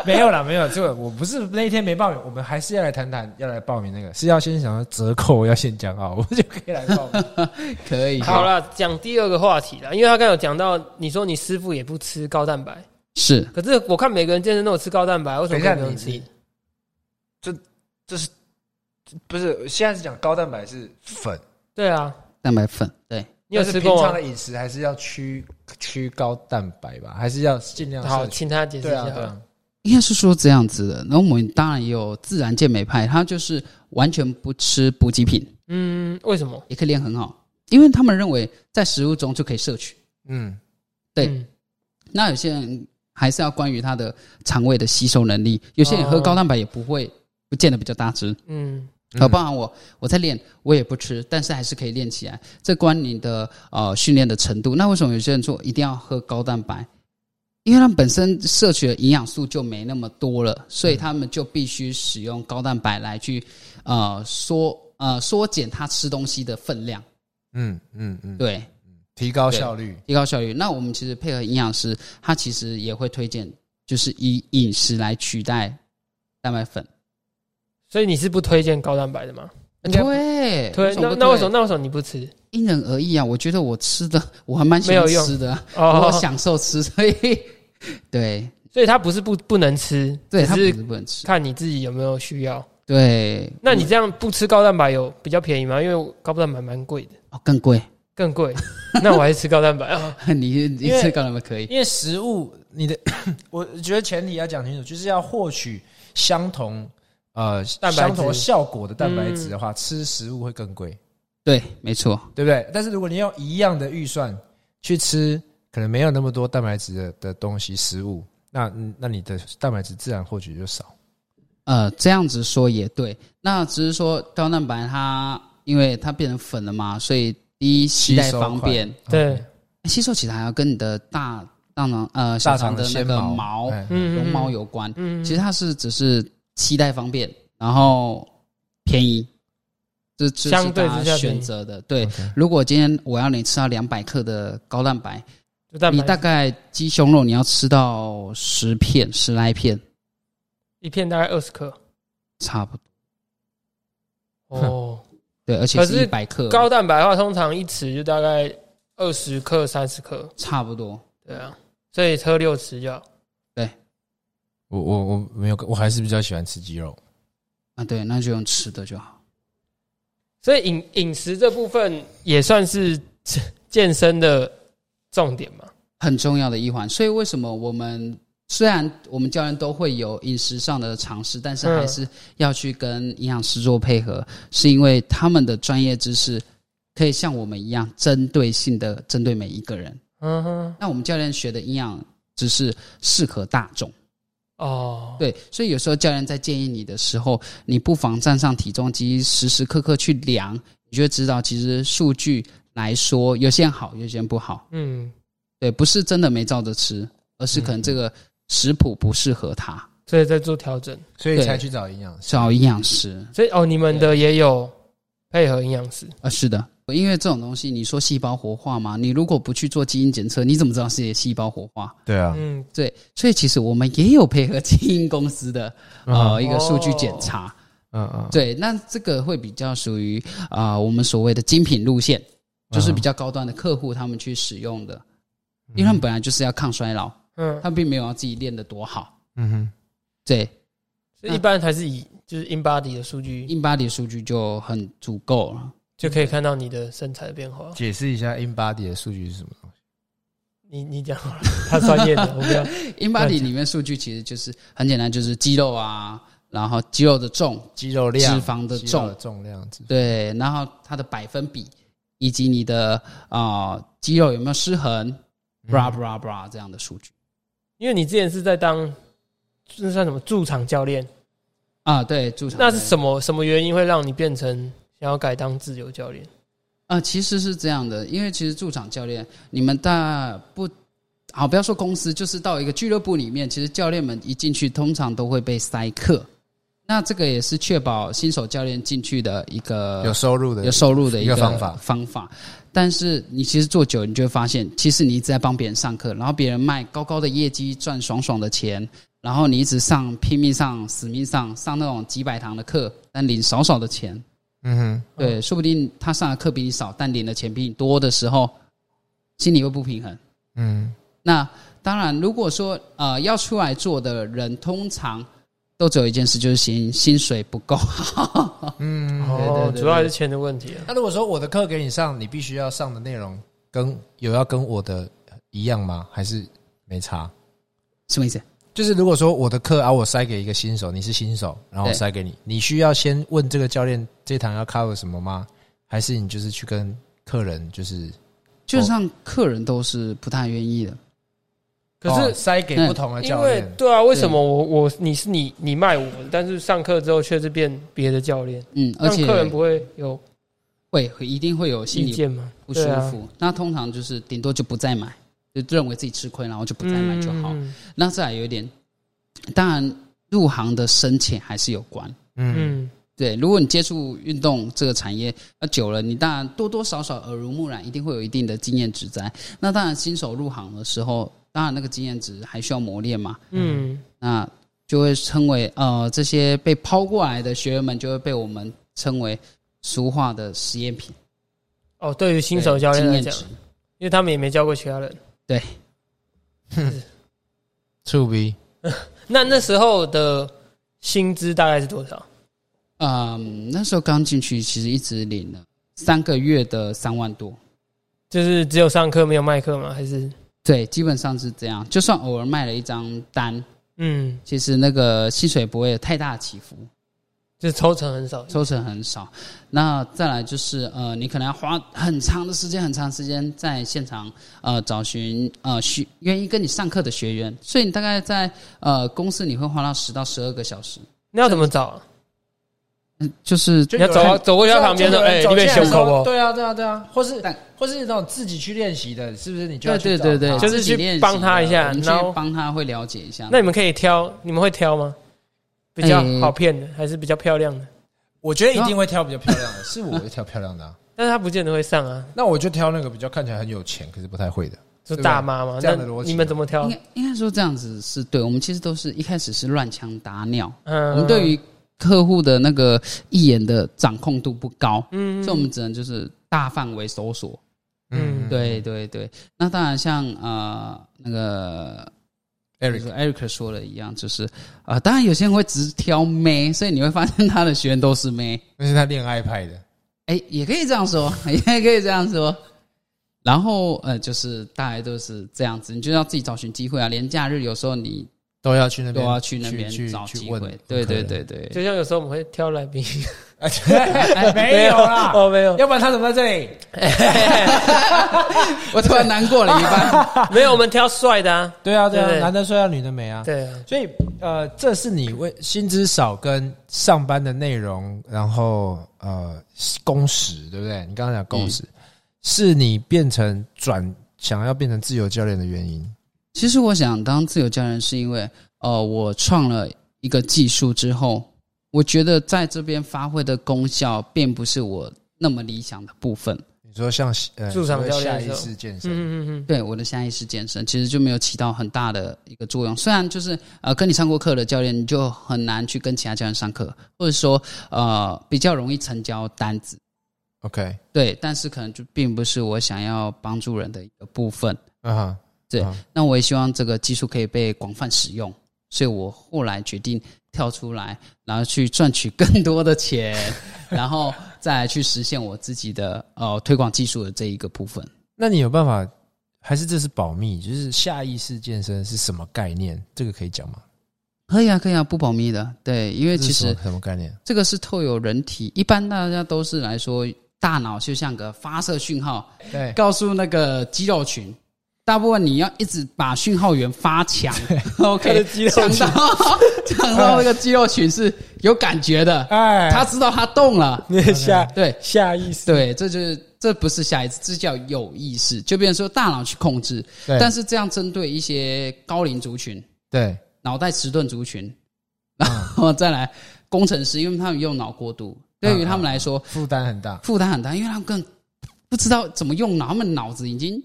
[SPEAKER 1] 没有啦，没有，这个我不是那一天没报名，我们还是要来谈谈，要来报名那个，是要先想要折扣，要先讲好，我们就可以来报名。
[SPEAKER 3] 可以，
[SPEAKER 2] 好了，讲第二个话题了，因为他刚刚有讲到，你说你师傅也不吃高蛋白，
[SPEAKER 3] 是
[SPEAKER 2] 可是我看每个人健身都有吃高蛋白，为什
[SPEAKER 1] 等
[SPEAKER 2] 么
[SPEAKER 1] 一下，
[SPEAKER 2] 可以不
[SPEAKER 1] 你
[SPEAKER 2] 用吃
[SPEAKER 1] 你？这这是不是现在是讲高蛋白是粉？
[SPEAKER 2] 对啊，
[SPEAKER 3] 蛋白粉，对，
[SPEAKER 2] 你有
[SPEAKER 1] 但是
[SPEAKER 2] 吃
[SPEAKER 1] 平
[SPEAKER 2] 过
[SPEAKER 1] 常
[SPEAKER 2] 吗
[SPEAKER 1] 的？饮食还是要趋趋高蛋白吧，还是要尽量
[SPEAKER 2] 好，
[SPEAKER 1] 摄取
[SPEAKER 2] 请他解释一
[SPEAKER 1] 对啊，对
[SPEAKER 2] 下
[SPEAKER 1] 啊。
[SPEAKER 3] 应该是说这样子的。那我们当然也有自然健美派，他就是完全不吃补给品，
[SPEAKER 2] 嗯，为什么？
[SPEAKER 3] 也可以练很好，因为他们认为在食物中就可以摄取。
[SPEAKER 1] 嗯，
[SPEAKER 3] 对
[SPEAKER 2] 嗯
[SPEAKER 3] 那有些人还是要关于他的肠胃的吸收能力，有些人喝
[SPEAKER 2] 哦
[SPEAKER 3] 高蛋白也不会，不见得比较大只。
[SPEAKER 2] 嗯，
[SPEAKER 3] 呃，包含我，我在练，我也不吃，但是还是可以练起来。这关你的呃训练的程度。那为什么有些人说一定要喝高蛋白？因为他们本身摄取的营养素就没那么多了，所以他们就必须使用高蛋白来去呃缩呃缩减他吃东西的分量，
[SPEAKER 1] 嗯嗯嗯，
[SPEAKER 3] 对，
[SPEAKER 1] 提高效率。
[SPEAKER 3] 提高效率。那我们其实配合营养师，他其实也会推荐，就是以饮食来取代蛋白粉。
[SPEAKER 2] 所以你是不推荐高蛋白的吗？
[SPEAKER 1] 应该不
[SPEAKER 3] 对，
[SPEAKER 2] 推
[SPEAKER 3] 为什么
[SPEAKER 2] 那
[SPEAKER 3] 不
[SPEAKER 2] 那为
[SPEAKER 3] 推
[SPEAKER 2] 什么那为什么你不吃？
[SPEAKER 3] 因人而异啊。我觉得我吃的我还蛮喜欢
[SPEAKER 2] 没有用
[SPEAKER 3] 吃的啊、
[SPEAKER 2] 哦
[SPEAKER 3] 我，享受吃， 所以对
[SPEAKER 2] 所以他不是不不能吃，
[SPEAKER 3] 对，它不
[SPEAKER 2] 只
[SPEAKER 3] 是
[SPEAKER 2] 是
[SPEAKER 3] 不能吃。
[SPEAKER 2] 看你自己有没有需要。
[SPEAKER 3] 对，
[SPEAKER 2] 那你这样不吃高蛋白有比较便宜吗？因为高蛋白蛮贵的，
[SPEAKER 3] 哦更贵，
[SPEAKER 2] 更贵。那我还是吃高蛋白啊。
[SPEAKER 3] 你你
[SPEAKER 1] 因为
[SPEAKER 3] 吃高蛋白可以，
[SPEAKER 1] 因为食物，你的 我觉得前提要讲清楚，就是要获取相同呃
[SPEAKER 2] 白质嗯
[SPEAKER 1] 相同效果的蛋白质的话，吃食物会更贵，
[SPEAKER 3] 对，没错，
[SPEAKER 1] 对不对？但是如果你用一样的预算去吃，可能没有那么多蛋白质的的东西食物，那嗯那你的蛋白质自然获取就少。
[SPEAKER 3] 呃，这样子说也对。那只是说高蛋白它因为它变成粉了嘛，所以第一携带
[SPEAKER 1] 吸收
[SPEAKER 3] 方
[SPEAKER 1] 快
[SPEAKER 3] 便，哎
[SPEAKER 2] 对，
[SPEAKER 3] 吸收起来还要跟你的大大肠呃小
[SPEAKER 1] 大
[SPEAKER 3] 肠
[SPEAKER 1] 肠
[SPEAKER 3] 的那
[SPEAKER 1] 纤
[SPEAKER 3] 个
[SPEAKER 1] 毛
[SPEAKER 3] 毛
[SPEAKER 1] 哎
[SPEAKER 2] 嗯，
[SPEAKER 3] 绒毛
[SPEAKER 2] 有，
[SPEAKER 3] 有关。
[SPEAKER 2] 嗯
[SPEAKER 3] 其实它是只是期待方便，然后便宜，这这
[SPEAKER 2] 相
[SPEAKER 3] 是
[SPEAKER 2] 对
[SPEAKER 3] 大
[SPEAKER 2] 之下便
[SPEAKER 3] 家
[SPEAKER 2] 宜
[SPEAKER 3] 选择的。对
[SPEAKER 1] OK，
[SPEAKER 3] 如果今天我要你吃到两百克的高蛋白，
[SPEAKER 2] 就蛋
[SPEAKER 3] 你
[SPEAKER 2] 白
[SPEAKER 3] 大概鸡胸肉你要吃到十片十来片，
[SPEAKER 2] 一片大概二十克。
[SPEAKER 3] 差不多。
[SPEAKER 2] 哦，
[SPEAKER 3] 对，而且
[SPEAKER 2] 可
[SPEAKER 3] 是
[SPEAKER 2] 是
[SPEAKER 3] 一百克，
[SPEAKER 2] 高蛋白的话，通常一匙就大概二十克、三十克，
[SPEAKER 3] 差不多。
[SPEAKER 2] 对啊，所以喝六匙就好。
[SPEAKER 1] 我我我没有，我还是比较喜欢吃鸡肉。
[SPEAKER 3] 啊，对，那就用吃的就好。
[SPEAKER 2] 所以饮饮食这部分也算是健身的重点嘛。
[SPEAKER 3] 很重要的一环。所以为什么我们虽然我们教练都会有饮食上的尝试，但是
[SPEAKER 2] 嗯
[SPEAKER 3] 还是要去跟营养师做配合，是因为他们的专业知识可以像我们一样针对性的针对每一个人。
[SPEAKER 2] 嗯哼，
[SPEAKER 3] 那我们教练学的营养知识适合大众，
[SPEAKER 2] 哦，
[SPEAKER 3] 对，所以有时候教练在建议你的时候，你不妨站上体重机，时时刻刻去量，你就会知道其实数据来说，有些人好，有些人不好。
[SPEAKER 2] 嗯，
[SPEAKER 3] 对，不是真的没照着吃，而是可能这个食谱不适合他，
[SPEAKER 2] 所以在做调整。
[SPEAKER 1] 所以
[SPEAKER 3] 对
[SPEAKER 1] 才去找营养师。
[SPEAKER 3] 找营养师。
[SPEAKER 2] 所以哦，你们的也有配合营养师，
[SPEAKER 3] 啊，是的，因为这种东西，你说细胞活化嘛，你如果不去做基因检测，你怎么知道是细胞活化？
[SPEAKER 1] 对啊，
[SPEAKER 2] 嗯，
[SPEAKER 3] 对，所以其实我们也有配合基因公司的呃一个数据检查。
[SPEAKER 1] 嗯嗯，
[SPEAKER 3] 对，那这个会比较属于啊、呃我们所谓的精品路线，就是比较高端的客户他们去使用的。
[SPEAKER 1] 嗯
[SPEAKER 3] 因为他们本来就是要抗衰老，
[SPEAKER 2] 嗯，
[SPEAKER 3] 他们并没有要自己练得多好。
[SPEAKER 1] 嗯哼，
[SPEAKER 3] 对，
[SPEAKER 2] 所以一般还是以就是 in body 的数据
[SPEAKER 3] 硬 body 数据就很足够了。
[SPEAKER 2] 就可以看到你的身材的变化。
[SPEAKER 1] 解释一下 in body 的数据是什么？
[SPEAKER 2] 你你讲好了，他专业的，我不要。
[SPEAKER 3] in
[SPEAKER 2] 乱讲
[SPEAKER 3] body 里面呃数据其实就是很简单，就是肌肉啊，然后肌肉的重，
[SPEAKER 1] 肌肉量、
[SPEAKER 3] 脂肪的重
[SPEAKER 1] 肌肉重量之，
[SPEAKER 3] 对，然后它的百分比，以及你的啊、呃肌肉有没有失衡，bra bra bra 这样的数据
[SPEAKER 2] 因为你之前是在当那算什么驻场教练，
[SPEAKER 3] 啊。对，驻场
[SPEAKER 2] 那是
[SPEAKER 3] 人
[SPEAKER 2] 什么什么原因会让你变成想要改当自由教练？
[SPEAKER 3] 啊、其实是这样的，因为其实驻场教练，你们大不好，不要说公司，就是到一个俱乐部里面，其实教练们一进去，通常都会被塞课。那这个也是确保新手教练进去的一个
[SPEAKER 1] 有收入的
[SPEAKER 3] 有收入的
[SPEAKER 1] 一个方法
[SPEAKER 3] 方法。但是你其实做久了，你就会发现，其实你一直在帮别人上课，然后别人卖高高的业绩，赚爽爽的钱，然后你一直上拼命上死命上上那种几百堂的课，但领少少的钱。
[SPEAKER 1] 嗯
[SPEAKER 3] 对，说不定他上的课比你少，但领的钱比你多的时候，心里会不平衡。
[SPEAKER 1] 哼，嗯，
[SPEAKER 3] 那当然，如果说呃要出来做的人，通常都只有一件事，就是薪薪水不够 好。
[SPEAKER 1] 嗯
[SPEAKER 3] 嗯对对
[SPEAKER 2] 哦，
[SPEAKER 3] 对
[SPEAKER 2] 主要还是钱的问题啊。
[SPEAKER 1] 那如果说我的课给你上，你必须要上的内容跟有要跟我的一样吗？还是没差？
[SPEAKER 3] 什么意思？
[SPEAKER 1] 就是如果说我的课啊，我塞给一个新手，你是新手，然后我
[SPEAKER 3] 对
[SPEAKER 1] 塞给你，你需要先问这个教练这堂要 cover 什么吗？还是你就是去跟客人就是
[SPEAKER 3] 基
[SPEAKER 1] 哦
[SPEAKER 3] 本上客人都是不太愿意的。
[SPEAKER 2] 可
[SPEAKER 1] 哦
[SPEAKER 2] 是
[SPEAKER 1] 塞给不同的
[SPEAKER 2] 因
[SPEAKER 1] 教
[SPEAKER 2] 为
[SPEAKER 1] 练，
[SPEAKER 2] 对啊，为什么
[SPEAKER 3] 嗯
[SPEAKER 2] 我我你是你你卖我，但是上课之后却是变别的教练，
[SPEAKER 3] 嗯，而
[SPEAKER 2] 让
[SPEAKER 3] 且
[SPEAKER 2] 客人不会有
[SPEAKER 3] 会会一定会有心
[SPEAKER 2] 意
[SPEAKER 3] 理
[SPEAKER 2] 见吗？
[SPEAKER 3] 不舒
[SPEAKER 2] 对啊
[SPEAKER 3] 服。那通常就是顶多就不再买，就认为自己吃亏，然后就不再买就好。
[SPEAKER 2] 嗯
[SPEAKER 3] 那再来有一点，当然入行的深浅还是有关。
[SPEAKER 1] 嗯
[SPEAKER 2] 嗯，
[SPEAKER 3] 对，如果你接触运动这个产业呃久了，你当然多多少少耳濡目染，一定会有一定的经验值在。那当然，新手入行的时候，当然那个经验值还需要磨练嘛。
[SPEAKER 2] 嗯，
[SPEAKER 3] 那就会称为呃，这些被抛过来的学员们就会被我们称为俗话的实验品。
[SPEAKER 2] 哦，对于新手教练
[SPEAKER 3] 对
[SPEAKER 2] 来
[SPEAKER 3] 经
[SPEAKER 2] 讲
[SPEAKER 3] 验，值，
[SPEAKER 2] 因为他们也没教过其他人。
[SPEAKER 1] 嗯，to be
[SPEAKER 2] 那那时候的薪资大概是多少？
[SPEAKER 3] 嗯，那时候刚进去，其实一直领了三个月的三万多。
[SPEAKER 2] 就是只有上课没有卖课吗？还是
[SPEAKER 3] 对，基本上是这样。就算偶尔卖了一张单，
[SPEAKER 2] 嗯，
[SPEAKER 3] 其实那个薪水不会有太大的起伏，
[SPEAKER 2] 就是抽成很少？
[SPEAKER 3] 抽成很少。那再来就是呃，你可能要花很长的时间，很长时间在现场呃找寻呃学愿意跟你上课的学员，所以你大概在呃公司你会花到十到十二个小时，
[SPEAKER 2] 那要怎么找啊？
[SPEAKER 3] 嗯，就是
[SPEAKER 1] 就
[SPEAKER 2] 你要走到走过去他旁边
[SPEAKER 1] 的
[SPEAKER 2] 说：“哎，你被
[SPEAKER 1] 修
[SPEAKER 2] 修扣不
[SPEAKER 1] 对啊，对啊，对啊，或是
[SPEAKER 3] 但
[SPEAKER 1] 或是那种自己去练习的，是不是？你就要
[SPEAKER 3] 对
[SPEAKER 1] 去
[SPEAKER 3] 对
[SPEAKER 1] 找
[SPEAKER 3] 对对，
[SPEAKER 1] 他
[SPEAKER 2] 就是
[SPEAKER 3] 自己
[SPEAKER 2] 去
[SPEAKER 3] 练习
[SPEAKER 2] 帮他
[SPEAKER 3] 的
[SPEAKER 2] 一下
[SPEAKER 3] 我们去
[SPEAKER 2] 然后
[SPEAKER 3] 帮他会了解一下？”。
[SPEAKER 2] 那你们可以挑，你们会挑吗？比较
[SPEAKER 1] 嗯
[SPEAKER 3] 哎
[SPEAKER 2] 好骗的，还是比较漂亮的？
[SPEAKER 1] 我觉得一定会挑比较漂亮的， 是我会挑漂亮的啊。
[SPEAKER 2] 但是他不见得会上啊，
[SPEAKER 1] 那我就挑那个比较看起来很有钱，可是不太会的。
[SPEAKER 2] 就大妈嘛。
[SPEAKER 1] 对吧
[SPEAKER 2] 那
[SPEAKER 1] 这样的逻辑啊
[SPEAKER 2] 你们怎么挑
[SPEAKER 3] 应？该应该说这样子是对，我们其实都是一开始是乱枪打鸟，我
[SPEAKER 2] 嗯，
[SPEAKER 3] 们对于客户的那个一眼的掌控度不高，
[SPEAKER 2] 嗯
[SPEAKER 3] 所以我们只能就是大范围搜索。
[SPEAKER 2] 嗯
[SPEAKER 3] 对对对，那当然像呃那个就是
[SPEAKER 1] ，Eric，
[SPEAKER 3] Eric 说的一样，就是呃，当然有些人会只挑妹，所以你会发现他的学员都是妹，
[SPEAKER 1] 那是他恋爱派的。
[SPEAKER 3] 哎，也可以这样说， 也可以这样说。然后呃，就是大概都是这样子，你就要自己找寻机会啊。连假日有时候你
[SPEAKER 1] 都要去那
[SPEAKER 3] 都
[SPEAKER 1] 边，
[SPEAKER 3] 要啊去那边
[SPEAKER 1] 去
[SPEAKER 3] 找
[SPEAKER 1] 去
[SPEAKER 3] 机
[SPEAKER 1] 问
[SPEAKER 3] 会，对对对
[SPEAKER 2] 就
[SPEAKER 3] 对，
[SPEAKER 2] 像有时候我们会挑来宾，
[SPEAKER 1] 客人， 哎没有啦，
[SPEAKER 2] 哦，没 有，
[SPEAKER 1] 要不然他怎么在这里？
[SPEAKER 3] 我突然难过了一 半。
[SPEAKER 2] 没有，我们挑帅的啊。
[SPEAKER 1] 对啊，对
[SPEAKER 2] 对
[SPEAKER 1] 啊，
[SPEAKER 2] 对
[SPEAKER 1] 男的帅要女的美啊。
[SPEAKER 2] 对啊，
[SPEAKER 1] 所以呃，这是你为薪资少跟上班的内容，然后呃工时，对不对？你刚刚讲工时，是你变成转想要变成自由教练的原因。
[SPEAKER 3] 其实我想当自由教练，是因为呃，我创了一个技术之后，我觉得在这边发挥的功效，并不是我那么理想的部分。
[SPEAKER 1] 你说像呃
[SPEAKER 2] 驻场教练
[SPEAKER 1] 下
[SPEAKER 2] 的时
[SPEAKER 1] 意
[SPEAKER 2] 候
[SPEAKER 1] 识健身，
[SPEAKER 2] 嗯嗯嗯
[SPEAKER 3] 对我的下意识健身，其实就没有起到很大的一个作用。虽然就是呃，跟你上过课的教练，你就很难去跟其他教练上课，或者说呃，比较容易成交单子。
[SPEAKER 1] OK，
[SPEAKER 3] 对，但是可能就并不是我想要帮助人的一个部分。
[SPEAKER 1] 嗯哼，
[SPEAKER 3] 对
[SPEAKER 1] 啊
[SPEAKER 3] 那我也希望这个技术可以被广泛使用，所以我后来决定跳出来，然后去赚取更多的钱， 然后再来去实现我自己的呃推广技术的这一个部分。
[SPEAKER 1] 那你有办法？还是这是保密？就是下意识健身是什么概念？这个可以讲吗？
[SPEAKER 3] 可以啊，可以啊，不保密的，对，因为
[SPEAKER 1] 这
[SPEAKER 3] 其
[SPEAKER 1] 是什么
[SPEAKER 3] 实
[SPEAKER 1] 什么概念？
[SPEAKER 3] 这个是透有人体，一般大家都是来说，大脑就像个发射讯号，
[SPEAKER 1] 对，
[SPEAKER 3] 告诉那个肌肉群，大部分你要一直把讯号源发强
[SPEAKER 1] 他的
[SPEAKER 3] ，OK，
[SPEAKER 1] 肌肉
[SPEAKER 3] 强
[SPEAKER 1] 群
[SPEAKER 3] 到 强到那个肌肉群是有感觉的，
[SPEAKER 1] 哎，
[SPEAKER 3] 他知道他动了，
[SPEAKER 1] 你下
[SPEAKER 3] 对
[SPEAKER 1] 下意识，
[SPEAKER 3] 对，这就是这不是下一次，这叫有意识，就变成说大脑去控制，
[SPEAKER 1] 对
[SPEAKER 3] 但是这样针对一些高龄族群、
[SPEAKER 1] 对
[SPEAKER 3] 脑袋迟钝族群，然
[SPEAKER 1] 嗯
[SPEAKER 3] 后再来工程师，因为他们用脑过度，对于他
[SPEAKER 1] 嗯
[SPEAKER 3] 们来说
[SPEAKER 1] 负担很大。
[SPEAKER 3] 负担很大，因为他们更不知道怎么用脑，他们脑子已经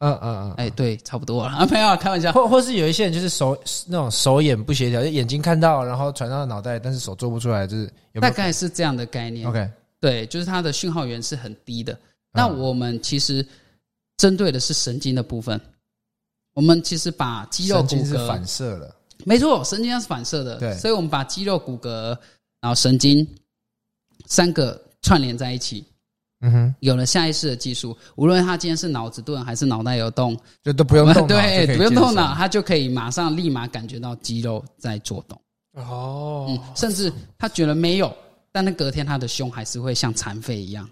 [SPEAKER 1] 嗯嗯嗯，
[SPEAKER 3] 哎，对，差不多了 啊，没有啊开玩笑。
[SPEAKER 1] 或或是有一些人就是手那种手眼不协调，就眼睛看到，然后传到脑袋，但是手做不出来，就是有没
[SPEAKER 3] 大
[SPEAKER 1] 有
[SPEAKER 3] 概是这样的概念。
[SPEAKER 1] ？OK，
[SPEAKER 3] 对，就是它的讯号源是很低的。那
[SPEAKER 1] 嗯
[SPEAKER 3] 我们其实针对的是神经的部分，我们其实把肌肉
[SPEAKER 1] 神
[SPEAKER 3] 骨
[SPEAKER 1] 经是
[SPEAKER 3] 骼
[SPEAKER 1] 反，射了。
[SPEAKER 3] 没错，神经它是反射
[SPEAKER 1] 对
[SPEAKER 3] 的，所以我们把肌肉骨骼然后神经三个串联在一起，
[SPEAKER 1] 嗯哼，
[SPEAKER 3] 有了下意识的技术，无论他今天是脑子钝还是脑袋有洞，
[SPEAKER 1] 就都不用动脑， 就
[SPEAKER 3] 对
[SPEAKER 1] 可，以
[SPEAKER 3] 不用动
[SPEAKER 1] 健身
[SPEAKER 3] 脑，。他就可以马上立马感觉到肌肉在做动。嗯
[SPEAKER 2] 哦，，
[SPEAKER 3] 甚至他觉得没有，但那隔天他的胸还是会像残废一样。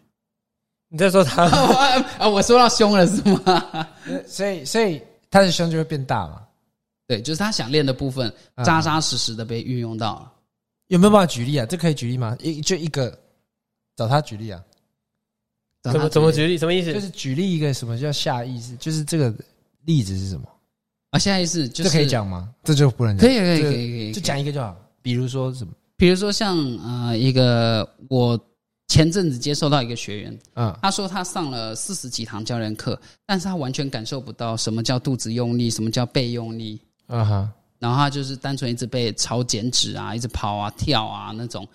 [SPEAKER 2] 你在说他
[SPEAKER 3] 啊，我说到胸了是吗？
[SPEAKER 1] 所以所以他的胸就会变大嘛？
[SPEAKER 3] 对，就是他想练的部分，
[SPEAKER 1] 嗯
[SPEAKER 3] 扎扎实实的被运用到了。
[SPEAKER 1] 有没有办法举例啊？这可以举例吗？一就一个，找他举例啊，
[SPEAKER 3] 找
[SPEAKER 2] 怎
[SPEAKER 3] 他
[SPEAKER 2] 么怎么
[SPEAKER 3] 觉得
[SPEAKER 2] 举例？什么意思？
[SPEAKER 1] 就是举例一个什么叫下意识，就是这个例子是什么？
[SPEAKER 3] 啊？下一次就是
[SPEAKER 1] 这可以，讲吗？这就不能讲
[SPEAKER 3] 可，以，可以，
[SPEAKER 1] 这
[SPEAKER 3] 可
[SPEAKER 1] 个
[SPEAKER 3] 以，可以，
[SPEAKER 1] 就
[SPEAKER 3] 可以
[SPEAKER 1] 讲一个就好。比如说什么？
[SPEAKER 3] 比如说像呃，一个我前阵子接受到一个学员，
[SPEAKER 1] 嗯
[SPEAKER 3] 他说他上了四十几堂教练课，但是他完全感受不到什么叫肚子用力，什么叫背用力。
[SPEAKER 1] 嗯哈，
[SPEAKER 3] 然后他就是单纯一直被超减脂啊，一直跑啊、跳啊那种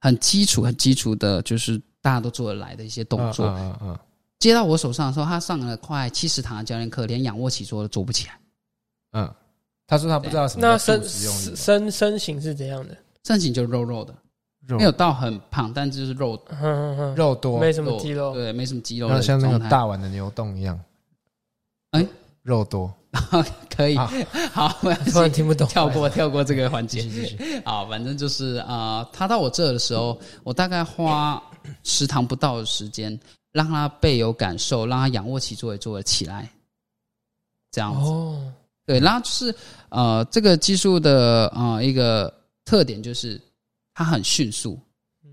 [SPEAKER 3] 很基础、很基础的，就是大家都做得来的一些动作。
[SPEAKER 1] 嗯嗯
[SPEAKER 3] 接到我手上的时候，他上了快七十堂的教练课，连仰卧起坐都做不起来，
[SPEAKER 1] 嗯嗯。他说他不知道什么
[SPEAKER 2] 那
[SPEAKER 1] 叫
[SPEAKER 2] 身
[SPEAKER 1] 肚子用力
[SPEAKER 2] 身身形是怎样的？
[SPEAKER 3] 身形就肉肉的，
[SPEAKER 1] 肉
[SPEAKER 3] 没有到很胖，但就是肉
[SPEAKER 2] 嗯嗯嗯
[SPEAKER 1] 肉啊多，
[SPEAKER 2] 没什么肌肉，
[SPEAKER 3] 对，没什么肌肉
[SPEAKER 1] 然后
[SPEAKER 3] 的
[SPEAKER 1] 像那个
[SPEAKER 3] 状态。
[SPEAKER 1] 大碗的牛洞一样。
[SPEAKER 3] 哎，
[SPEAKER 1] 肉多。
[SPEAKER 3] 可以，
[SPEAKER 1] 啊
[SPEAKER 3] 好，我要
[SPEAKER 2] 突然听不懂。
[SPEAKER 3] 跳 过跳过这个环
[SPEAKER 1] 继
[SPEAKER 3] 节
[SPEAKER 1] 续继续。
[SPEAKER 3] 啊，反正就是啊、呃他到我这的时候，我大概花十堂不到的时间，让他背有感受，让他仰卧起坐也做得起来，这样子。
[SPEAKER 2] 哦，
[SPEAKER 3] 对，然后就是呃，这个技术的呃一个特点就是它很迅速。
[SPEAKER 2] 嗯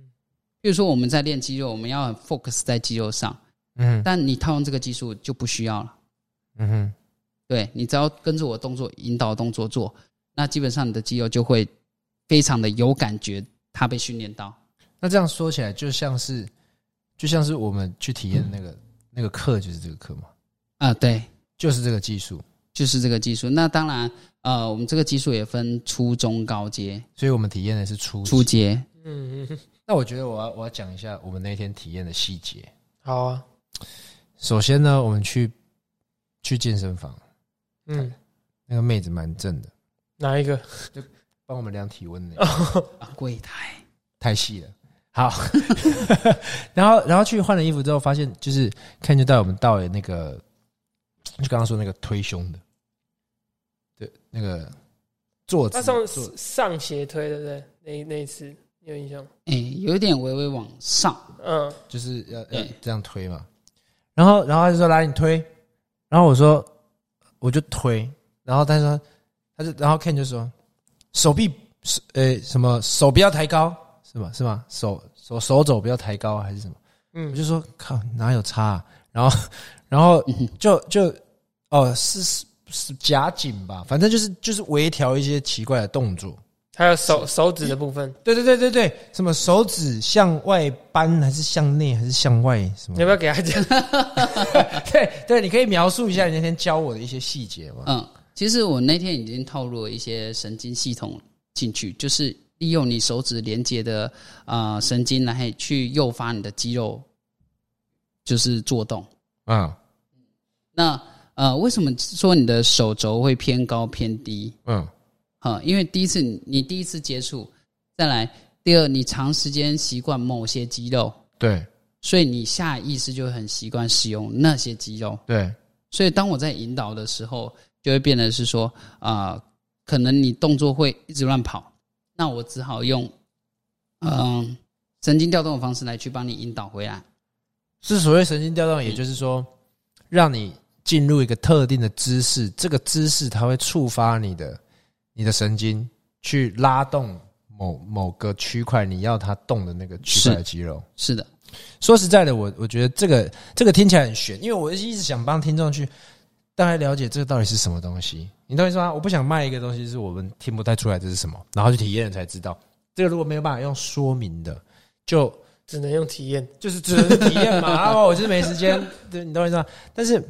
[SPEAKER 3] 比如说我们在练肌肉，我们要很 focus 在肌肉上，
[SPEAKER 1] 嗯
[SPEAKER 3] 但你套用这个技术就不需要了。
[SPEAKER 1] 嗯哼，
[SPEAKER 3] 对你只要跟着我动作引导动作做，那基本上你的肌肉就会非常的有感觉，它被训练到。
[SPEAKER 1] 那这样说起来，就像是就像是我们去体验的那个那个课，就是这个课嘛，
[SPEAKER 3] 啊、对，
[SPEAKER 1] 就是这个技术，
[SPEAKER 3] 就是这个技术。那当然，呃，我们这个技术也分初中高阶、
[SPEAKER 1] 所以我们体验的是初
[SPEAKER 3] 初。阶。
[SPEAKER 2] 嗯嗯嗯，
[SPEAKER 1] 那我觉得我要我要讲一下我们那天体验的细节。
[SPEAKER 2] 好啊，
[SPEAKER 1] 首先呢，我们去去健身房，
[SPEAKER 2] 嗯，
[SPEAKER 1] 那个妹子蛮正的，
[SPEAKER 2] 哪一个？
[SPEAKER 1] 帮我们量体温呢，
[SPEAKER 3] 啊，柜台
[SPEAKER 1] 太细了。好， 然后然后去换了衣服之后，发现就是看就带我们到了那个，就刚刚说那个推胸的，对，那个坐姿
[SPEAKER 2] 他上
[SPEAKER 1] 坐
[SPEAKER 2] 上斜推对不对？那那一次你有印象吗？
[SPEAKER 3] 哎，有一点微微往上，
[SPEAKER 2] 嗯，
[SPEAKER 1] 就是要要
[SPEAKER 3] 对
[SPEAKER 1] 这样推嘛。然后，然后他就说：“来，你推。”然后我说：“我就推。”然后他说：“他就然后 Ken 就说：手臂，手呃，什么手不要抬高，是吗？是吗？手手手肘不要抬高，还是什么？”
[SPEAKER 2] 嗯
[SPEAKER 1] 我就说：“靠，哪有差、啊？”然后， 然后就就哦，是是是夹紧吧，反正就是就是微调一些奇怪的动作。
[SPEAKER 2] 还有手手指的部分，
[SPEAKER 1] 对对对对对，什么手指向外扳还是向内还是向外什么
[SPEAKER 2] 你要？不要给他讲？
[SPEAKER 1] 对对，你可以描述一下你那天教我的一些细节吗？
[SPEAKER 3] 嗯，其实我那天已经套入了一些神经系统进去，就是利用你手指连接的啊神经来去诱发你的肌肉，就是做动。
[SPEAKER 1] 嗯
[SPEAKER 3] 那呃，为什么说你的手肘会偏高偏低？
[SPEAKER 1] 嗯，
[SPEAKER 3] 啊、因为第一次你你第一次接触，再来第二，你长时间习惯某些肌肉，
[SPEAKER 1] 对
[SPEAKER 3] 所以你下意识就会很习惯使用那些肌肉。
[SPEAKER 1] 对，
[SPEAKER 3] 所以当我在引导的时候，就会变得是说啊、呃可能你动作会一直乱跑，那我只好用嗯、神经调动的方式来去帮你引导回来。
[SPEAKER 1] 是所谓神经调动，也就是说，让你进入一个特定的姿势，这个姿势它会触发你的你的神经去拉动某某个区块你要它动的那个区块的肌肉。
[SPEAKER 3] 是的，
[SPEAKER 1] 说实在的，我我觉得这个这个听起来很玄，因为我一直想帮听众去大概了解这个到底是什么东西。你懂我意思吗？我不想卖一个东西，是我们听不太出来这是什么，然后去体验了才知道。这个如果没有办法用说明的，就
[SPEAKER 2] 只能用体验。
[SPEAKER 1] 就是只能体验嘛。然后我就是没时间，对你懂我意思吗？但是，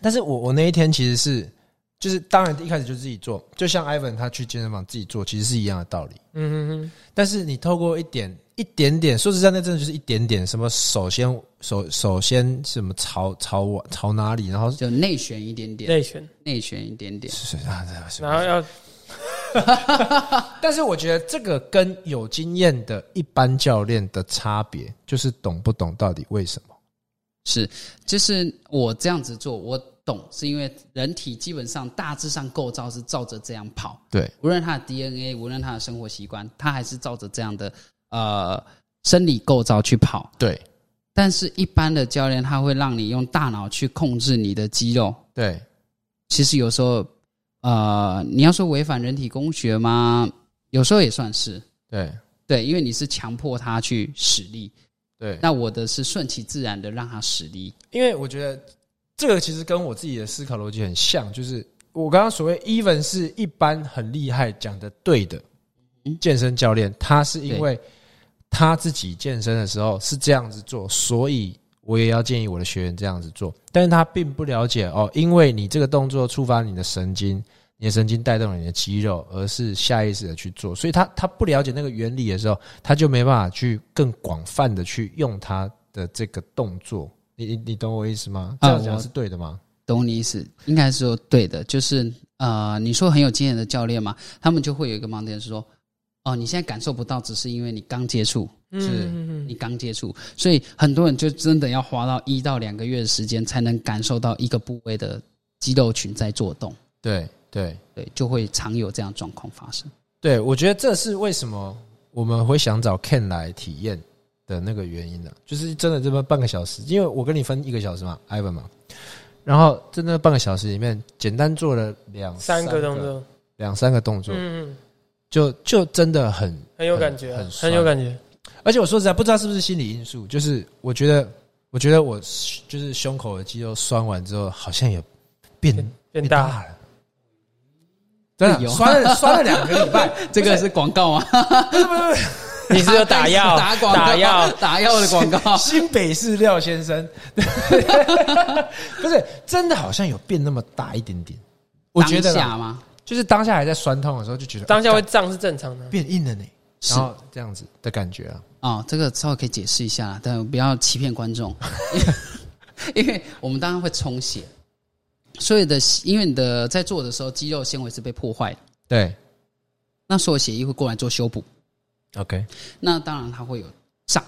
[SPEAKER 1] 但是我我那一天其实是，就是当然一开始就自己做，就像 Ivan 他去健身房自己做，其实是一样的道理。
[SPEAKER 2] 嗯嗯
[SPEAKER 1] 但是你透过一点一点点，说实在，那真的就是一点点，什么首先首首先什么朝朝我朝哪里，然后
[SPEAKER 3] 就内旋一点
[SPEAKER 2] 嗯，
[SPEAKER 3] 点，
[SPEAKER 2] 内旋，
[SPEAKER 3] 内旋一点点。
[SPEAKER 1] 是啊，是
[SPEAKER 2] 然后要
[SPEAKER 1] 但是我觉得这个跟有经验的一般教练的差别，就是懂不懂到底为什么。
[SPEAKER 3] 是，就是我这样子做，我懂，是因为人体基本上大致上构造是照着这样跑，
[SPEAKER 1] 对，
[SPEAKER 3] 无论它的 DNA，无论它的生活习惯，它还是照着这样的呃生理构造去跑。
[SPEAKER 1] 对，
[SPEAKER 3] 但是，一般的教练他会让你用大脑去控制你的肌肉，
[SPEAKER 1] 对，
[SPEAKER 3] 其实有时候呃，你要说违反人体工学吗？有时候也算是
[SPEAKER 1] 对，
[SPEAKER 3] 对，因为你是强迫他去使力，
[SPEAKER 1] 对。
[SPEAKER 3] 那我的是顺其自然的让他使力。
[SPEAKER 1] 因为我觉得这个其实跟我自己的思考逻辑很像，就是我刚刚所谓 even 是一般很厉害讲的对的
[SPEAKER 3] 嗯
[SPEAKER 1] 健身教练，他是因
[SPEAKER 3] 对
[SPEAKER 1] 为他自己健身的时候是这样子做，所以我也要建议我的学员这样子做，但是他并不了解哦，因为你这个动作触发你的神经。你的神经带动了你的肌肉，而是下意识的去做，所以他他不了解那个原理的时候，他就没办法去更广泛的去用他的这个动作。你你你懂我意思吗？这
[SPEAKER 3] 啊
[SPEAKER 1] 样讲
[SPEAKER 3] 我
[SPEAKER 1] 是对的吗？
[SPEAKER 3] 懂你意思，应该是说对的，就是呃，你说很有经验的教练嘛，他们就会有一个盲点是说，哦，你现在感受不到，只是因为你刚接触，
[SPEAKER 2] 嗯
[SPEAKER 1] 是
[SPEAKER 3] 你刚接触，所以很多人就真的要花到一到两个月的时间，才能感受到一个部位的肌肉群在做动，
[SPEAKER 1] 对对
[SPEAKER 3] 对，就会常有这样的状况发生。
[SPEAKER 1] 对，我觉得这是为什么我们会想找 Ken 来体验的那个原因呢、啊就是真的这么半个小时，因为我跟你分一个小时嘛，Ivan 嘛，然后在那半个小时里面，简单做了两
[SPEAKER 2] 三个动，作，
[SPEAKER 1] 两三个动作，
[SPEAKER 2] 嗯，嗯
[SPEAKER 1] 就就真的很
[SPEAKER 2] 很有感觉啊，
[SPEAKER 1] 很很
[SPEAKER 2] 很有感觉。
[SPEAKER 1] 而且我说实在，不知道是不是心理因素，就是我觉得，我觉得我就是胸口的肌肉酸完之后，好像也变
[SPEAKER 2] 变
[SPEAKER 1] 变
[SPEAKER 2] 变大，
[SPEAKER 1] 了。真
[SPEAKER 3] 哎
[SPEAKER 1] 的
[SPEAKER 3] 呦
[SPEAKER 1] 酸了酸了两个礼拜，。
[SPEAKER 3] 这个是广告吗？ 啊
[SPEAKER 2] 你是有打药
[SPEAKER 3] 打广告
[SPEAKER 2] 打药，
[SPEAKER 3] 打药的广告
[SPEAKER 1] 新北市廖先生，不是真的好像有变那么大一点点。 我觉得
[SPEAKER 3] 当下
[SPEAKER 1] 啦
[SPEAKER 3] 吗？
[SPEAKER 1] 就是当下还在酸痛的时候，就觉得
[SPEAKER 2] 当下
[SPEAKER 1] 哦
[SPEAKER 2] 会胀是正常的。
[SPEAKER 1] 变硬了呢，
[SPEAKER 3] 是
[SPEAKER 1] 然后这样子的感觉啊。
[SPEAKER 3] 哦，这个稍微可以解释一下啦，但不要欺骗观众， 因为因为我们当然会充血，所有的因为你的在做的时候肌肉纤维是被破坏的，
[SPEAKER 1] 对
[SPEAKER 3] 那所有血液会过来做修补，
[SPEAKER 1] ，OK，
[SPEAKER 3] 那当然它会有胀，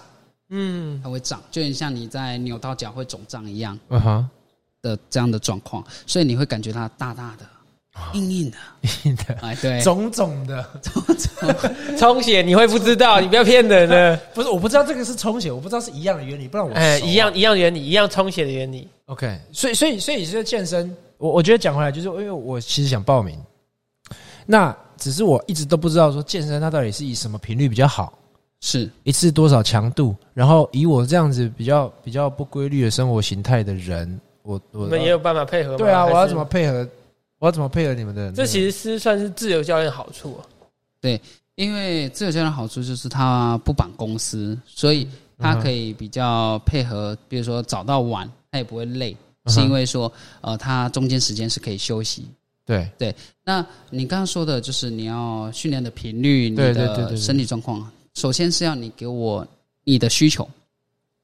[SPEAKER 2] 嗯，
[SPEAKER 3] 它会胀，就很像你在扭到脚会肿胀一样
[SPEAKER 1] 嗯 哼，
[SPEAKER 3] 的这样的状况，所以你会感觉它大大的、硬硬的，
[SPEAKER 1] 硬的，
[SPEAKER 3] 哎，对，
[SPEAKER 1] 肿肿的。
[SPEAKER 2] 嗯充血你会不 知道，你不要骗人了。
[SPEAKER 1] 不是，我不知道这个是充血，我不知道是一样的原理，不然我
[SPEAKER 2] 哎，
[SPEAKER 1] 手啊
[SPEAKER 2] 一样一样原理，一样充血的原理。
[SPEAKER 1] OK。所以，所以，所以这健身，我我觉得讲回来，就是因为我其实想报名，那只是我一直都不知道说健身它到底是以什么频率比较好，
[SPEAKER 3] 是
[SPEAKER 1] 一次多少强度，然后以我这样子比较比较不规律的生活形态的人，我我
[SPEAKER 2] 你们也有办法配合吗？
[SPEAKER 1] 对啊，
[SPEAKER 2] 还
[SPEAKER 1] 我
[SPEAKER 2] 是
[SPEAKER 1] 要怎么？配合？我要怎么配合你们的、
[SPEAKER 2] 这其
[SPEAKER 1] 实
[SPEAKER 2] 实是算是自由教练的好处啊。
[SPEAKER 3] 因为自由教练的好处就是它不绑公司，所以
[SPEAKER 1] 嗯
[SPEAKER 3] 它可以比较配合，比如说早到晚，它也不会累，
[SPEAKER 1] 嗯哼
[SPEAKER 3] 是因为说呃，它中间时间是可以休息。
[SPEAKER 1] 对
[SPEAKER 3] 那你刚刚说的就是你要训练的频率，你
[SPEAKER 1] 对对对对
[SPEAKER 3] 的
[SPEAKER 1] 对
[SPEAKER 3] 身体状况，首先是要你给我你的需求。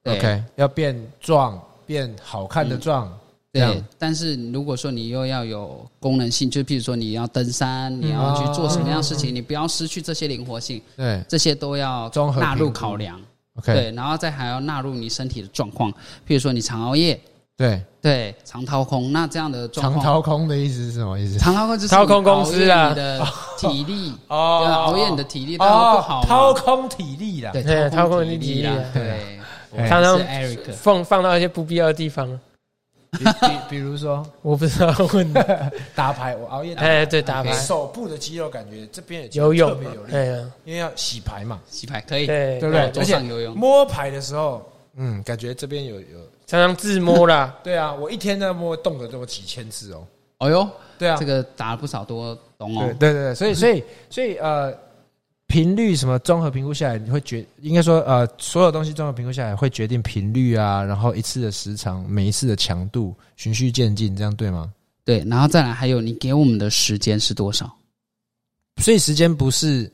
[SPEAKER 3] 对
[SPEAKER 2] 嗯
[SPEAKER 1] OK，要变壮，变好看的壮，这样
[SPEAKER 3] 对，但是如果说你又要有功能性，就譬如说你要登山，
[SPEAKER 1] 嗯
[SPEAKER 3] 你要去做什么样的事情，你不要失去这些灵活性，
[SPEAKER 1] 对
[SPEAKER 3] 这些都要
[SPEAKER 1] 综合
[SPEAKER 3] 纳入
[SPEAKER 1] 评估
[SPEAKER 3] 考量。
[SPEAKER 1] ，OK，
[SPEAKER 3] 对，然后再还要纳入你身体的状况，譬如说你常熬夜，
[SPEAKER 1] 对，
[SPEAKER 3] 对，常掏空，那这样的状
[SPEAKER 1] 长
[SPEAKER 3] 况，
[SPEAKER 1] 掏空的意思是什么意思？
[SPEAKER 3] 常掏空就是
[SPEAKER 2] 掏空公司啊
[SPEAKER 3] 你熬夜你的体力，
[SPEAKER 1] 哦
[SPEAKER 3] 对啊熬夜你的体力当然不好嘛，
[SPEAKER 1] 掏空体力啦。
[SPEAKER 3] 对，
[SPEAKER 2] 对
[SPEAKER 3] 掏
[SPEAKER 2] 掏
[SPEAKER 3] 空
[SPEAKER 2] 空你的
[SPEAKER 3] 力
[SPEAKER 2] 体力
[SPEAKER 3] 啦
[SPEAKER 2] 啊，
[SPEAKER 3] 对，我
[SPEAKER 1] 哎
[SPEAKER 2] 常常
[SPEAKER 3] 是 Eric，
[SPEAKER 2] 放放到一些不必要的地方，
[SPEAKER 1] 比比比如说
[SPEAKER 2] 我不知道问你。
[SPEAKER 1] 打牌，我熬夜打牌，
[SPEAKER 2] 哎，对，打牌、
[SPEAKER 1] 手部的肌肉感觉这边也
[SPEAKER 2] 游
[SPEAKER 1] 特
[SPEAKER 2] 泳
[SPEAKER 1] 别有，力，
[SPEAKER 2] 哎呀，
[SPEAKER 1] 因为要洗牌嘛，
[SPEAKER 3] 洗牌可以，
[SPEAKER 2] 对哎
[SPEAKER 1] 对不对？
[SPEAKER 3] 桌
[SPEAKER 1] 而且
[SPEAKER 3] 上游泳
[SPEAKER 1] 摸牌的时候，嗯，感觉这边有有。
[SPEAKER 2] 常常自摸啦，
[SPEAKER 1] 对啊，我一天在摸动了这么几千次哦。
[SPEAKER 3] 哦呦，
[SPEAKER 1] 对啊，
[SPEAKER 3] 这个打了不少多懂
[SPEAKER 1] 对
[SPEAKER 3] 哦，
[SPEAKER 1] 对对对，所以所以所以呃，频率什么综合评估下来，你会决应该说呃，所有东西综合评估下来会决定频率啊，然后一次的时长，每一次的强度，循序渐进，这样对吗？
[SPEAKER 3] 对，然后再来还有你给我们的时间是多少？
[SPEAKER 1] 所以时间不是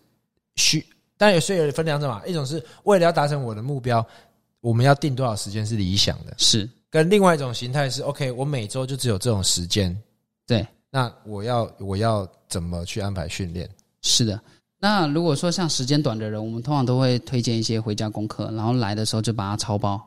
[SPEAKER 1] 需，当然有所以有分两种嘛，一种是为了要达成我的目标，我们要定多少时间是理想的，
[SPEAKER 3] 是
[SPEAKER 1] 跟另外一种形态是 OK，我每周就只有这种时间，
[SPEAKER 3] 对，
[SPEAKER 1] 那我要我要怎么去安排训练？
[SPEAKER 3] 是的。那如果说像时间短的人，我们通常都会推荐一些回家功课，然后来的时候就把它抄包。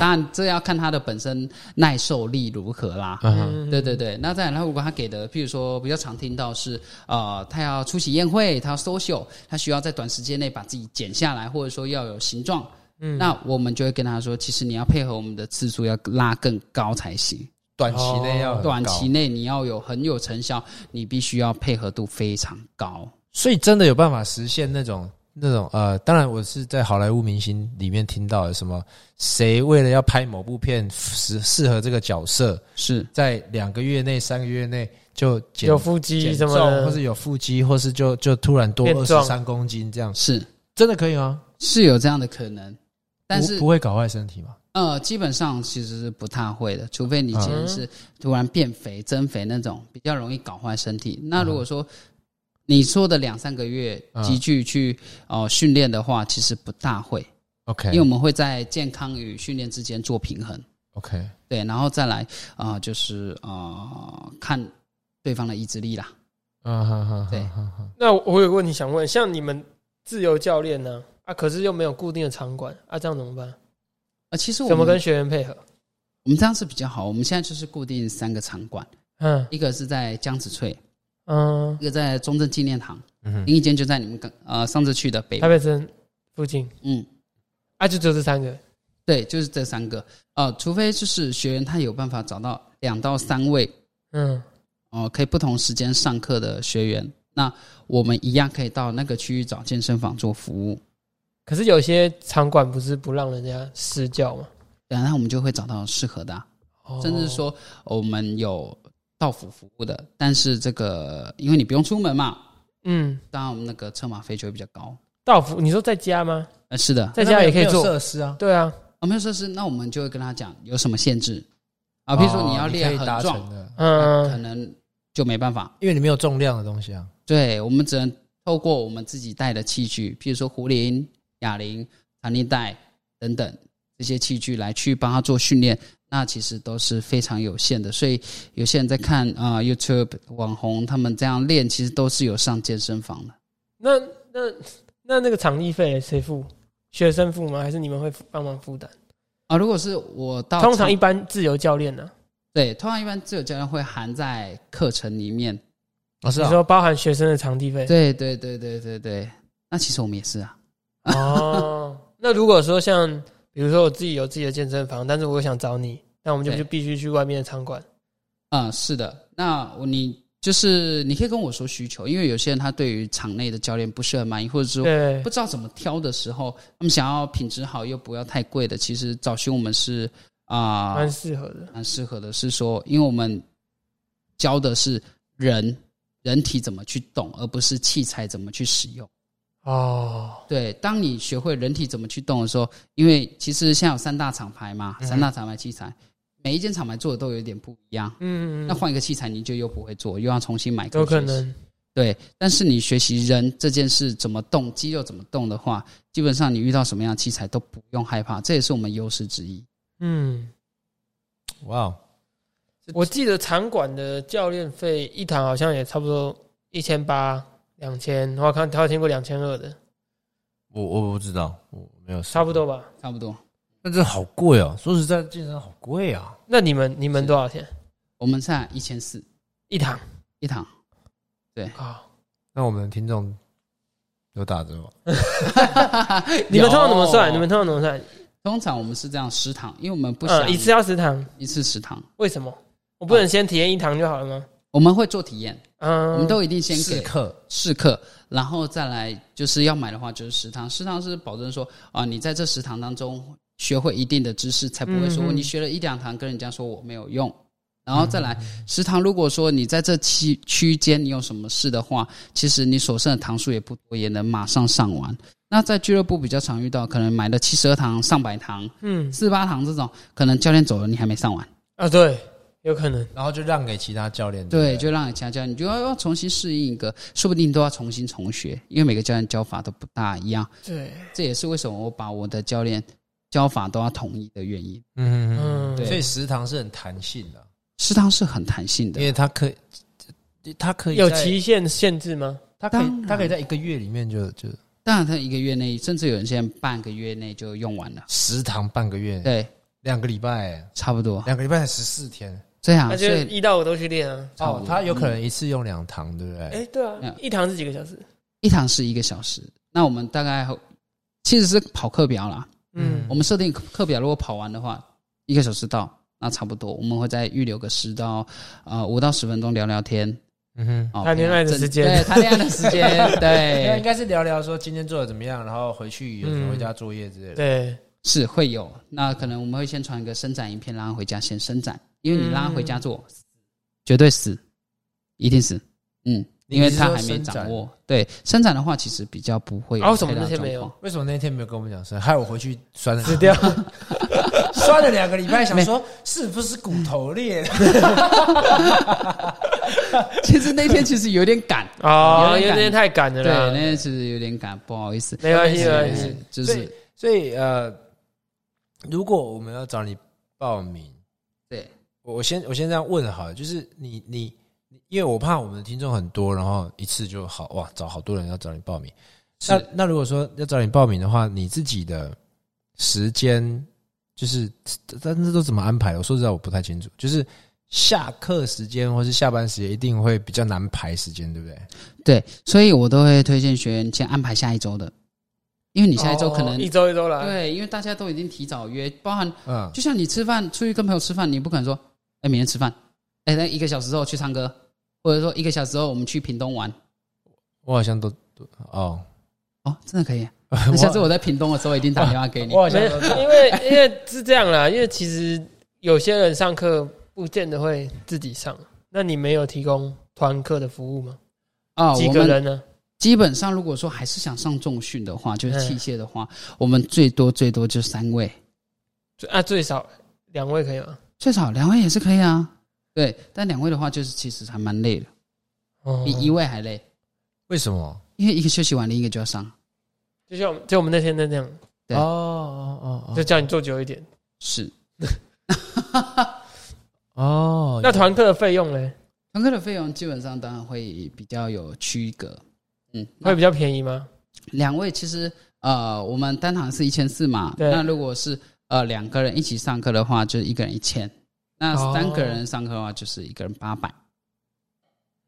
[SPEAKER 3] 当然，这要看他的本身耐受力如何啦。
[SPEAKER 1] 嗯，
[SPEAKER 2] 嗯，
[SPEAKER 3] 对对对，那再然后如果他给的，譬如说比较常听到是，呃，他要出席宴会，他要 social，他需要在短时间内把自己减下来，或者说要有形状，
[SPEAKER 2] 嗯
[SPEAKER 3] 那我们就会跟他说，其实你要配合我们的次数要拉更高才行，
[SPEAKER 1] 短期内
[SPEAKER 2] 呃
[SPEAKER 1] 要很高
[SPEAKER 3] 哦短期内你要有很有成效，你必须要配合度非常高。
[SPEAKER 1] 所以真的有办法实现那种那种呃，当然我是在好莱坞明星里面听到的什么，谁为了要拍某部片适适合这个角色，
[SPEAKER 3] 是
[SPEAKER 1] 在两个月内、三个月内就减
[SPEAKER 2] 有腹肌
[SPEAKER 1] 减
[SPEAKER 2] 什
[SPEAKER 1] 重，
[SPEAKER 2] 么的，
[SPEAKER 1] 或是有腹肌，或是就就突然多二
[SPEAKER 2] 变
[SPEAKER 1] 十
[SPEAKER 2] 壮
[SPEAKER 1] 三公斤这样，
[SPEAKER 3] 是
[SPEAKER 1] 真的可以吗？
[SPEAKER 3] 是有这样的可能，但
[SPEAKER 1] 不
[SPEAKER 3] 是
[SPEAKER 1] 不会搞坏身体吗？
[SPEAKER 3] 呃，基本上其实是不太会的，除非
[SPEAKER 1] 嗯
[SPEAKER 3] 你今天是突然变肥、增肥那种，比较容易搞坏身体。那如果说你说的两三个月
[SPEAKER 1] 嗯
[SPEAKER 3] 急剧去哦训练的话，其实不大会，
[SPEAKER 1] OK，
[SPEAKER 3] 因为我们会在健康与训练之间做平衡，
[SPEAKER 1] OK，
[SPEAKER 3] 对，然后再来啊、呃就是呃看对方的意志力啦。
[SPEAKER 1] 嗯哼哼，
[SPEAKER 3] 对
[SPEAKER 1] 哼哼哼
[SPEAKER 2] 那我有个问题想问，像你们自由教练呢、啊？可是又没有固定的场馆啊，这样怎么办？
[SPEAKER 3] 呃，其实我
[SPEAKER 2] 怎么
[SPEAKER 3] 们
[SPEAKER 2] 跟学员配合？
[SPEAKER 3] 我们这样是比较好，我们现在就是固定三个场馆，
[SPEAKER 2] 嗯
[SPEAKER 3] 一个是在江子翠，
[SPEAKER 2] 嗯，
[SPEAKER 3] 一个在中正纪念堂，
[SPEAKER 1] 嗯哼，
[SPEAKER 3] 另一间就在你们刚呃上次去的北
[SPEAKER 2] 台北镇附近
[SPEAKER 3] 嗯。
[SPEAKER 2] 啊，就只有这三个。
[SPEAKER 3] 对，就是这三个。呃，除非就是学员他有办法找到两到三位
[SPEAKER 2] 嗯，
[SPEAKER 3] 哦、可以不同时间上课的学员，那我们一样可以到那个区域找健身房做服务。
[SPEAKER 2] 可是有些场馆不是不让人家私教嘛？
[SPEAKER 3] 然后我们就会找到适合的啊、
[SPEAKER 2] 哦
[SPEAKER 3] 甚至说我们有到府服务的，但是这个因为你不用出门嘛，
[SPEAKER 2] 嗯，
[SPEAKER 3] 当然我们那个车马费就会比较高。
[SPEAKER 2] 道服，你说在家吗？
[SPEAKER 3] 呃，是的，哦
[SPEAKER 2] 在家也可
[SPEAKER 1] 那边
[SPEAKER 2] 以
[SPEAKER 1] 有
[SPEAKER 2] 做。
[SPEAKER 1] 设施啊，
[SPEAKER 2] 对啊，
[SPEAKER 3] 我们设施，那我们就会跟他讲有什么限制啊，比如说你要
[SPEAKER 1] 哦
[SPEAKER 3] 练
[SPEAKER 1] 可以达
[SPEAKER 3] 很
[SPEAKER 1] 成
[SPEAKER 3] 壮，
[SPEAKER 1] 的，
[SPEAKER 3] 那可
[SPEAKER 2] 嗯，
[SPEAKER 3] 能就没办法。
[SPEAKER 1] 因为你没有重量的东西啊。
[SPEAKER 3] 对，我们只能透过我们自己带的器具，譬如说壶铃、哑铃、弹力带等等这些器具来去帮他做训练，那其实都是非常有限的。所以有些人在看啊、呃 YouTube 网红他们这样练，其实都是有上健身房的。
[SPEAKER 2] 那嗯那那那个场地费谁付？学生付吗？还是你们会付帮忙负担？
[SPEAKER 3] 啊，如果是我到
[SPEAKER 2] 通常一般自由教练呢、
[SPEAKER 3] 对，通常一般自由教练会含在课程里面。
[SPEAKER 1] 哦，是
[SPEAKER 2] 你
[SPEAKER 1] 啊，
[SPEAKER 2] 说包含学生的场地费？
[SPEAKER 3] 对对对对对对，那其实我们也是啊，
[SPEAKER 2] 哦， 那如果说像比如说我自己有自己的健身房，但是我想找你，那我们就
[SPEAKER 3] 对
[SPEAKER 2] 就必须去外面的场馆。
[SPEAKER 3] 啊、是的。那我你就是你可以跟我说需求，因为有些人他对于场内的教练不是很满意，或者是
[SPEAKER 2] 对
[SPEAKER 3] 不，知道怎么挑的时候，他们想要品质好又不要太贵的，其实找寻我们是啊、
[SPEAKER 2] 蛮适合的。
[SPEAKER 3] 蛮适合的。是说，因为我们教的是人人体怎么去动，而不是器材怎么去使用。
[SPEAKER 2] 哦，
[SPEAKER 3] 对，当你学会人体怎么去动的时候，因为其实现在有三大厂牌嘛，
[SPEAKER 1] 嗯
[SPEAKER 3] 三大厂牌器材，每一间厂牌做的都有一点不一样。
[SPEAKER 2] 嗯，
[SPEAKER 3] 那换一个器材，你就又不会做，又要重新买。
[SPEAKER 2] 有可。能，
[SPEAKER 3] 对，但是你学习人这件事怎么动，肌肉怎么动的话，基本上你遇到什么样的器材都不用害怕，这也是我们优势之一。
[SPEAKER 2] 嗯，
[SPEAKER 1] 哇哦，
[SPEAKER 2] 我记得场馆的教练费一堂好像也差不多一千八、两千，我看他有听过两千二的，
[SPEAKER 1] 我我不知道，我没有试过
[SPEAKER 2] 差不，多吧？
[SPEAKER 3] 差不多。
[SPEAKER 1] 但这好贵哦。说实在，健身好贵啊。
[SPEAKER 2] 那你们你们多少钱
[SPEAKER 3] 我们上一千四
[SPEAKER 2] 一堂
[SPEAKER 3] 一堂，
[SPEAKER 2] 啊？
[SPEAKER 1] 那我们的听众有打折吗？
[SPEAKER 2] 你们通常怎么算？
[SPEAKER 3] 有
[SPEAKER 2] 你们通常怎么算？
[SPEAKER 3] 通常我们是这样十堂，因为我们不想
[SPEAKER 2] 嗯，一次要十堂，
[SPEAKER 3] 一次十堂，
[SPEAKER 2] 为什么？我不能先体验一堂就好了吗？
[SPEAKER 3] 我们会做体验，
[SPEAKER 2] 嗯，
[SPEAKER 3] 我们都一定先
[SPEAKER 1] 试
[SPEAKER 3] 给
[SPEAKER 1] 课
[SPEAKER 3] 试课，然后再来就是要买的话就是食堂，食堂是保证说啊，你在这食堂当中学会一定的知识，才不会说
[SPEAKER 2] 嗯嗯
[SPEAKER 3] 你学了一两堂跟人家说我没有用。然后再来食堂，如果说你在这期区间你有什么事的话，其实你所剩的堂数也不多，也能马上上完。那在俱乐部比较常遇到，可能买了七十二堂、上百堂、
[SPEAKER 2] 嗯
[SPEAKER 3] 四八堂这种，可能教练走了你还没上完，
[SPEAKER 2] 啊，对，有可能。
[SPEAKER 1] 然后就让给其他教练。
[SPEAKER 3] 对，
[SPEAKER 1] 不
[SPEAKER 3] 就让你家教，你就要要重新适应一个，说不定都要重新重学，因为每个教练教法都不大一样。
[SPEAKER 2] 对，
[SPEAKER 3] 这也是为什么我把我的教练教法都要统一的原因。
[SPEAKER 1] 嗯
[SPEAKER 2] 嗯，
[SPEAKER 1] 所以食堂是很弹性的，啊
[SPEAKER 3] 食堂是很弹性
[SPEAKER 1] 因
[SPEAKER 3] 的，
[SPEAKER 1] 为它可以，它可以
[SPEAKER 2] 有
[SPEAKER 1] 在
[SPEAKER 2] 期限限制吗？
[SPEAKER 1] 它可
[SPEAKER 3] 当
[SPEAKER 1] 以
[SPEAKER 3] 然
[SPEAKER 1] 它可以在一个月里面就就
[SPEAKER 3] 当然他一个月内，甚至有人现在半个月内就用完了。
[SPEAKER 1] 食堂半个月，
[SPEAKER 3] 对，
[SPEAKER 1] 两个礼拜，
[SPEAKER 3] 差不多
[SPEAKER 1] 两个礼拜才十四天
[SPEAKER 3] 这样
[SPEAKER 2] 那，就
[SPEAKER 3] 啊所以
[SPEAKER 2] 一到五都去练啊。
[SPEAKER 3] 差
[SPEAKER 1] 哦
[SPEAKER 3] 不多。
[SPEAKER 1] 他有可能一次用两堂，对不对？
[SPEAKER 2] 哎，对啊
[SPEAKER 3] 嗯，
[SPEAKER 2] 一堂是几个小时？
[SPEAKER 3] 一堂是一个小时，那我们大概其实是跑课表啦。
[SPEAKER 2] 嗯
[SPEAKER 1] 嗯
[SPEAKER 3] 我们设定课表，如果跑完的话，一个小时到，那差不多，我们会再预留个十到呃五到十分钟聊聊天。
[SPEAKER 1] 嗯哼。
[SPEAKER 3] 哦
[SPEAKER 2] 谈恋爱的时间
[SPEAKER 3] 对，谈恋爱的时 间，
[SPEAKER 1] 那应
[SPEAKER 3] 对，
[SPEAKER 1] 该是聊聊说今天做的怎么样，然后回去有什么
[SPEAKER 2] 嗯
[SPEAKER 1] 回家作业之类的。
[SPEAKER 2] 对，
[SPEAKER 3] 是会有。那可能我们会先传一个伸展影片，让他回家先伸展，因为你让他回家做，绝对死，一定死。嗯，
[SPEAKER 1] 你
[SPEAKER 3] 因为
[SPEAKER 1] 是
[SPEAKER 3] 他
[SPEAKER 1] 说
[SPEAKER 3] 还没
[SPEAKER 1] 伸展
[SPEAKER 3] 掌握。对，伸展的话其实比较不会有
[SPEAKER 2] 啊为什么
[SPEAKER 3] 太大
[SPEAKER 2] 那天
[SPEAKER 3] 状
[SPEAKER 2] 没有
[SPEAKER 3] 况
[SPEAKER 1] 为什么那天没有跟我们讲声？害我回去酸了，
[SPEAKER 2] 死掉。
[SPEAKER 1] 酸了两个礼拜，想说是不是骨头裂了？
[SPEAKER 3] 其实那天其实有点 赶，
[SPEAKER 2] 哦，
[SPEAKER 3] 有点赶
[SPEAKER 2] 因为那天太赶了
[SPEAKER 3] 对，
[SPEAKER 2] 啦。
[SPEAKER 3] 那天其实有点赶，不好意思。
[SPEAKER 2] 啊没关系
[SPEAKER 3] 但
[SPEAKER 2] 没关系
[SPEAKER 3] 就
[SPEAKER 1] 所
[SPEAKER 3] 是
[SPEAKER 1] 以所以呃，如果我们要找你报名，
[SPEAKER 3] 对，
[SPEAKER 1] 我我先我先这样问好了，就是你你，你因为我怕我们的听众很多，然后一次就好哇，找好多人要找你报名。那
[SPEAKER 3] 是
[SPEAKER 1] 那如果说要找你报名的话，你自己的时间就是，但是都怎么安排？我说实在，我不太清楚。就是下课时间或是下班时间，一定会比较难排时间，对不对？
[SPEAKER 3] 对，所以我都会推荐学员先安排下一周的，因为你
[SPEAKER 2] 你
[SPEAKER 3] 下一周可能、
[SPEAKER 2] 哦一周一啊周来。
[SPEAKER 3] 对，因为大家都已经提早约，包含
[SPEAKER 1] 嗯，
[SPEAKER 3] 就像你吃饭出去跟朋友吃饭，你不可能说，哎，明天吃饭，哎，那一个小时后去唱歌，或者说一个小时后我们去屏东玩。
[SPEAKER 1] 我好像都都哦，
[SPEAKER 3] 哦，真的可以、那下次我在屏东的时候一定打电话给你
[SPEAKER 1] 我。好像
[SPEAKER 2] 没有
[SPEAKER 1] 都，
[SPEAKER 2] 因为因为是这样啦，因为其实有些人上课不见得会自己上，那你没有提供团课的服务吗？
[SPEAKER 3] 啊，
[SPEAKER 2] 几
[SPEAKER 3] 我
[SPEAKER 2] 个
[SPEAKER 3] 们
[SPEAKER 2] 人呢？
[SPEAKER 3] 基本上如果说还是想上重训的话，
[SPEAKER 2] 哎
[SPEAKER 3] 就是器械的话，我们最多最多就三位，
[SPEAKER 2] 最啊最少两位可以吗？
[SPEAKER 3] 最少两位也是可以啊。对，但两位的话就是其实还蛮累的，
[SPEAKER 2] 哦
[SPEAKER 3] 比一位还累，
[SPEAKER 1] 为什么？
[SPEAKER 3] 因为一个休息完，另一个就要上。
[SPEAKER 2] 就像我们就我们那天那样，
[SPEAKER 3] 对
[SPEAKER 1] 哦哦
[SPEAKER 2] 就
[SPEAKER 1] 哦
[SPEAKER 2] 叫你做久一点。
[SPEAKER 3] 是
[SPEAKER 1] 哦哦，
[SPEAKER 2] 那团课的费用呢？
[SPEAKER 3] 团课的费用基本上当然会比较有区隔。嗯，那
[SPEAKER 2] 会比较便宜吗？
[SPEAKER 3] 两位其实呃，我们单堂是一千四嘛，
[SPEAKER 2] 对
[SPEAKER 3] 那如果是呃两个人一起上课的话，就是一个人一千；那
[SPEAKER 2] 哦
[SPEAKER 3] 三个人上课的话，就是一个人八百。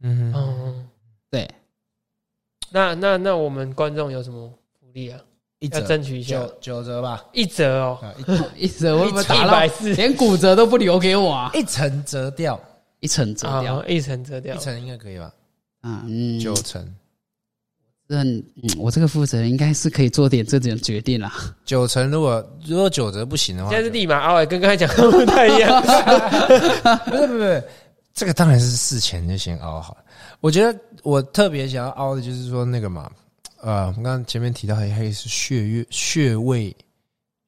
[SPEAKER 1] 嗯哼
[SPEAKER 2] 哦，
[SPEAKER 3] 对，
[SPEAKER 2] 那那那我们观众有什么福利啊？
[SPEAKER 1] 一
[SPEAKER 2] 要
[SPEAKER 1] 折
[SPEAKER 2] 争取一下
[SPEAKER 1] 九，九折吧，
[SPEAKER 2] 一折哦，
[SPEAKER 1] 啊，
[SPEAKER 3] 一折会不会
[SPEAKER 2] 一
[SPEAKER 3] 打
[SPEAKER 2] 百
[SPEAKER 3] 到
[SPEAKER 2] 四
[SPEAKER 3] 连骨折都不留给我啊？
[SPEAKER 1] 一 一层折掉，
[SPEAKER 3] 一层折掉
[SPEAKER 2] 啊，一层折掉
[SPEAKER 1] 一。层应该可以吧？
[SPEAKER 3] 啊，嗯，
[SPEAKER 1] 九成，
[SPEAKER 3] 嗯，嗯我这个负责人应该是可以做点这种决定啦。
[SPEAKER 1] 九成如果如果九折不行的话，
[SPEAKER 2] 现在是
[SPEAKER 1] 就
[SPEAKER 2] 立马阿伟跟刚才讲的不太一样。
[SPEAKER 1] 不是不是不是，这个当然是事前就先凹好了。我觉得我特别想要凹的就是说那个嘛，呃，我们刚刚前面提到还还有是穴位穴位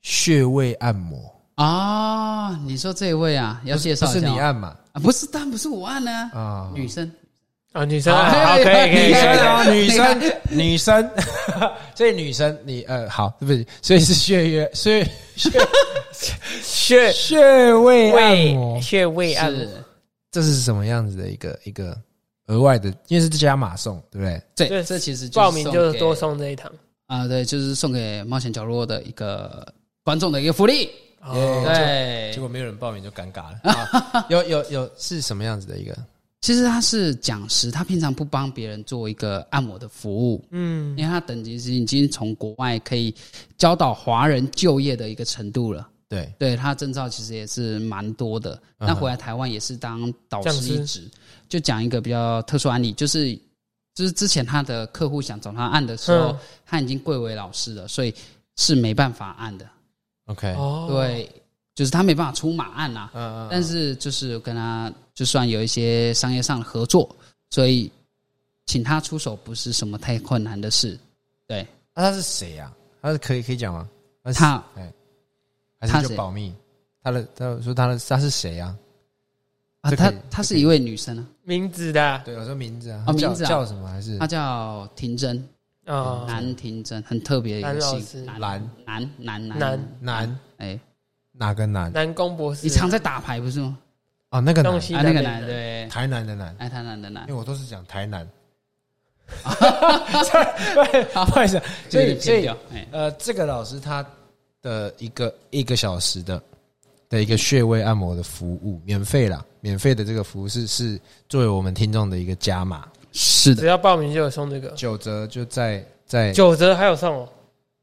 [SPEAKER 1] 穴位按摩，
[SPEAKER 3] 啊、你说这一位啊，要介绍
[SPEAKER 1] 不
[SPEAKER 3] 一
[SPEAKER 1] 是
[SPEAKER 3] 下
[SPEAKER 1] 你
[SPEAKER 3] 哦
[SPEAKER 1] 按嘛？
[SPEAKER 3] 啊？不是，但不是我按呢、
[SPEAKER 2] 哦
[SPEAKER 1] 啊，
[SPEAKER 3] 女生
[SPEAKER 2] 啊，女生
[SPEAKER 3] 好
[SPEAKER 2] 啊，好，可以可以
[SPEAKER 1] 女
[SPEAKER 2] 可
[SPEAKER 1] 生
[SPEAKER 2] 以。
[SPEAKER 1] 啊，
[SPEAKER 3] 可以
[SPEAKER 1] 女生， 女生， 所以女生，你呃，好，对不起，所以是穴约， 所以
[SPEAKER 2] 穴
[SPEAKER 1] 穴位按摩
[SPEAKER 2] 位穴位按摩
[SPEAKER 3] 哎是
[SPEAKER 1] 这是什么样子的一个一个额外的？因为是加码送，对不对？
[SPEAKER 3] 对，
[SPEAKER 2] 对
[SPEAKER 3] 这其实就是
[SPEAKER 2] 报名就
[SPEAKER 3] 送
[SPEAKER 2] 是
[SPEAKER 3] 给
[SPEAKER 2] 多送这一堂。
[SPEAKER 3] 啊、对，就是送给冒险角落的一个观众的一个福利。
[SPEAKER 1] 耶
[SPEAKER 2] 哦，
[SPEAKER 3] 对
[SPEAKER 1] 结，果没有人报名就尴尬 了。啊有有有是什么样子的一个？
[SPEAKER 3] 其实他是讲师，他平常不帮别人做一个按摩的服务，
[SPEAKER 2] 嗯，
[SPEAKER 3] 因为他等级是已经从国外可以教导华人就业的一个程度了。
[SPEAKER 1] 对，
[SPEAKER 3] 对他证照其实也是蛮多的，
[SPEAKER 1] 嗯哼
[SPEAKER 3] 那回来台湾也是当导
[SPEAKER 2] 讲
[SPEAKER 3] 师
[SPEAKER 2] 师
[SPEAKER 3] 一职。就讲一个比较特殊案例，就是就是之前他的客户想找他按的时候，
[SPEAKER 2] 嗯
[SPEAKER 3] 他已经贵为老师了，所以是没办法按的。
[SPEAKER 1] ，OK，
[SPEAKER 2] 哦，，
[SPEAKER 3] 对，就是他没办法出马按啊。
[SPEAKER 1] 嗯嗯
[SPEAKER 3] 但是就是跟他就算有一些商业上的合作，所以请他出手不是什么太困难的事。对，
[SPEAKER 1] 那他是谁呀？他是可以可以讲吗？他是
[SPEAKER 3] 他
[SPEAKER 1] 哎，还
[SPEAKER 3] 他
[SPEAKER 1] 是
[SPEAKER 3] 谁
[SPEAKER 1] 就保密？他的他说他的他是谁呀？
[SPEAKER 3] 啊，
[SPEAKER 1] 这可以
[SPEAKER 3] 她她是一位女生啊，
[SPEAKER 2] 名字的啊
[SPEAKER 1] 对，我说名字啊，
[SPEAKER 3] 哦
[SPEAKER 1] 叫
[SPEAKER 3] 名字啊
[SPEAKER 1] 叫什么？还是
[SPEAKER 3] 她叫婷真，
[SPEAKER 2] 哦，
[SPEAKER 3] 南婷真，很特别的一
[SPEAKER 2] 男
[SPEAKER 3] 个
[SPEAKER 2] 老
[SPEAKER 3] 姓
[SPEAKER 2] 师，
[SPEAKER 1] 蓝
[SPEAKER 3] 南南
[SPEAKER 2] 男
[SPEAKER 1] 男
[SPEAKER 3] 哎，
[SPEAKER 1] 哪个男？
[SPEAKER 2] 南宫博士，
[SPEAKER 3] 你常在打牌不是吗？
[SPEAKER 1] 哦，那个男
[SPEAKER 2] 东，西
[SPEAKER 3] 啊，
[SPEAKER 2] 南
[SPEAKER 3] 那个
[SPEAKER 2] 北
[SPEAKER 3] 男
[SPEAKER 2] 南
[SPEAKER 3] 对，
[SPEAKER 1] 台南的南，
[SPEAKER 3] 哎，他男的男
[SPEAKER 1] 因为，我都是讲台 南。 不好意思，所
[SPEAKER 3] 这个
[SPEAKER 1] 以
[SPEAKER 3] 有点
[SPEAKER 1] 所
[SPEAKER 3] 偏
[SPEAKER 1] 以
[SPEAKER 3] 掉，哎，
[SPEAKER 1] 呃，这个老师他的一个一个小时的的一个穴位按摩的服务，免费啦，免费的这个服务是是作为我们听众的一个加码，
[SPEAKER 3] 是
[SPEAKER 2] 只
[SPEAKER 3] 的，
[SPEAKER 2] 要报名就有送这个，
[SPEAKER 1] 九折就在在
[SPEAKER 2] 九折还有送哦，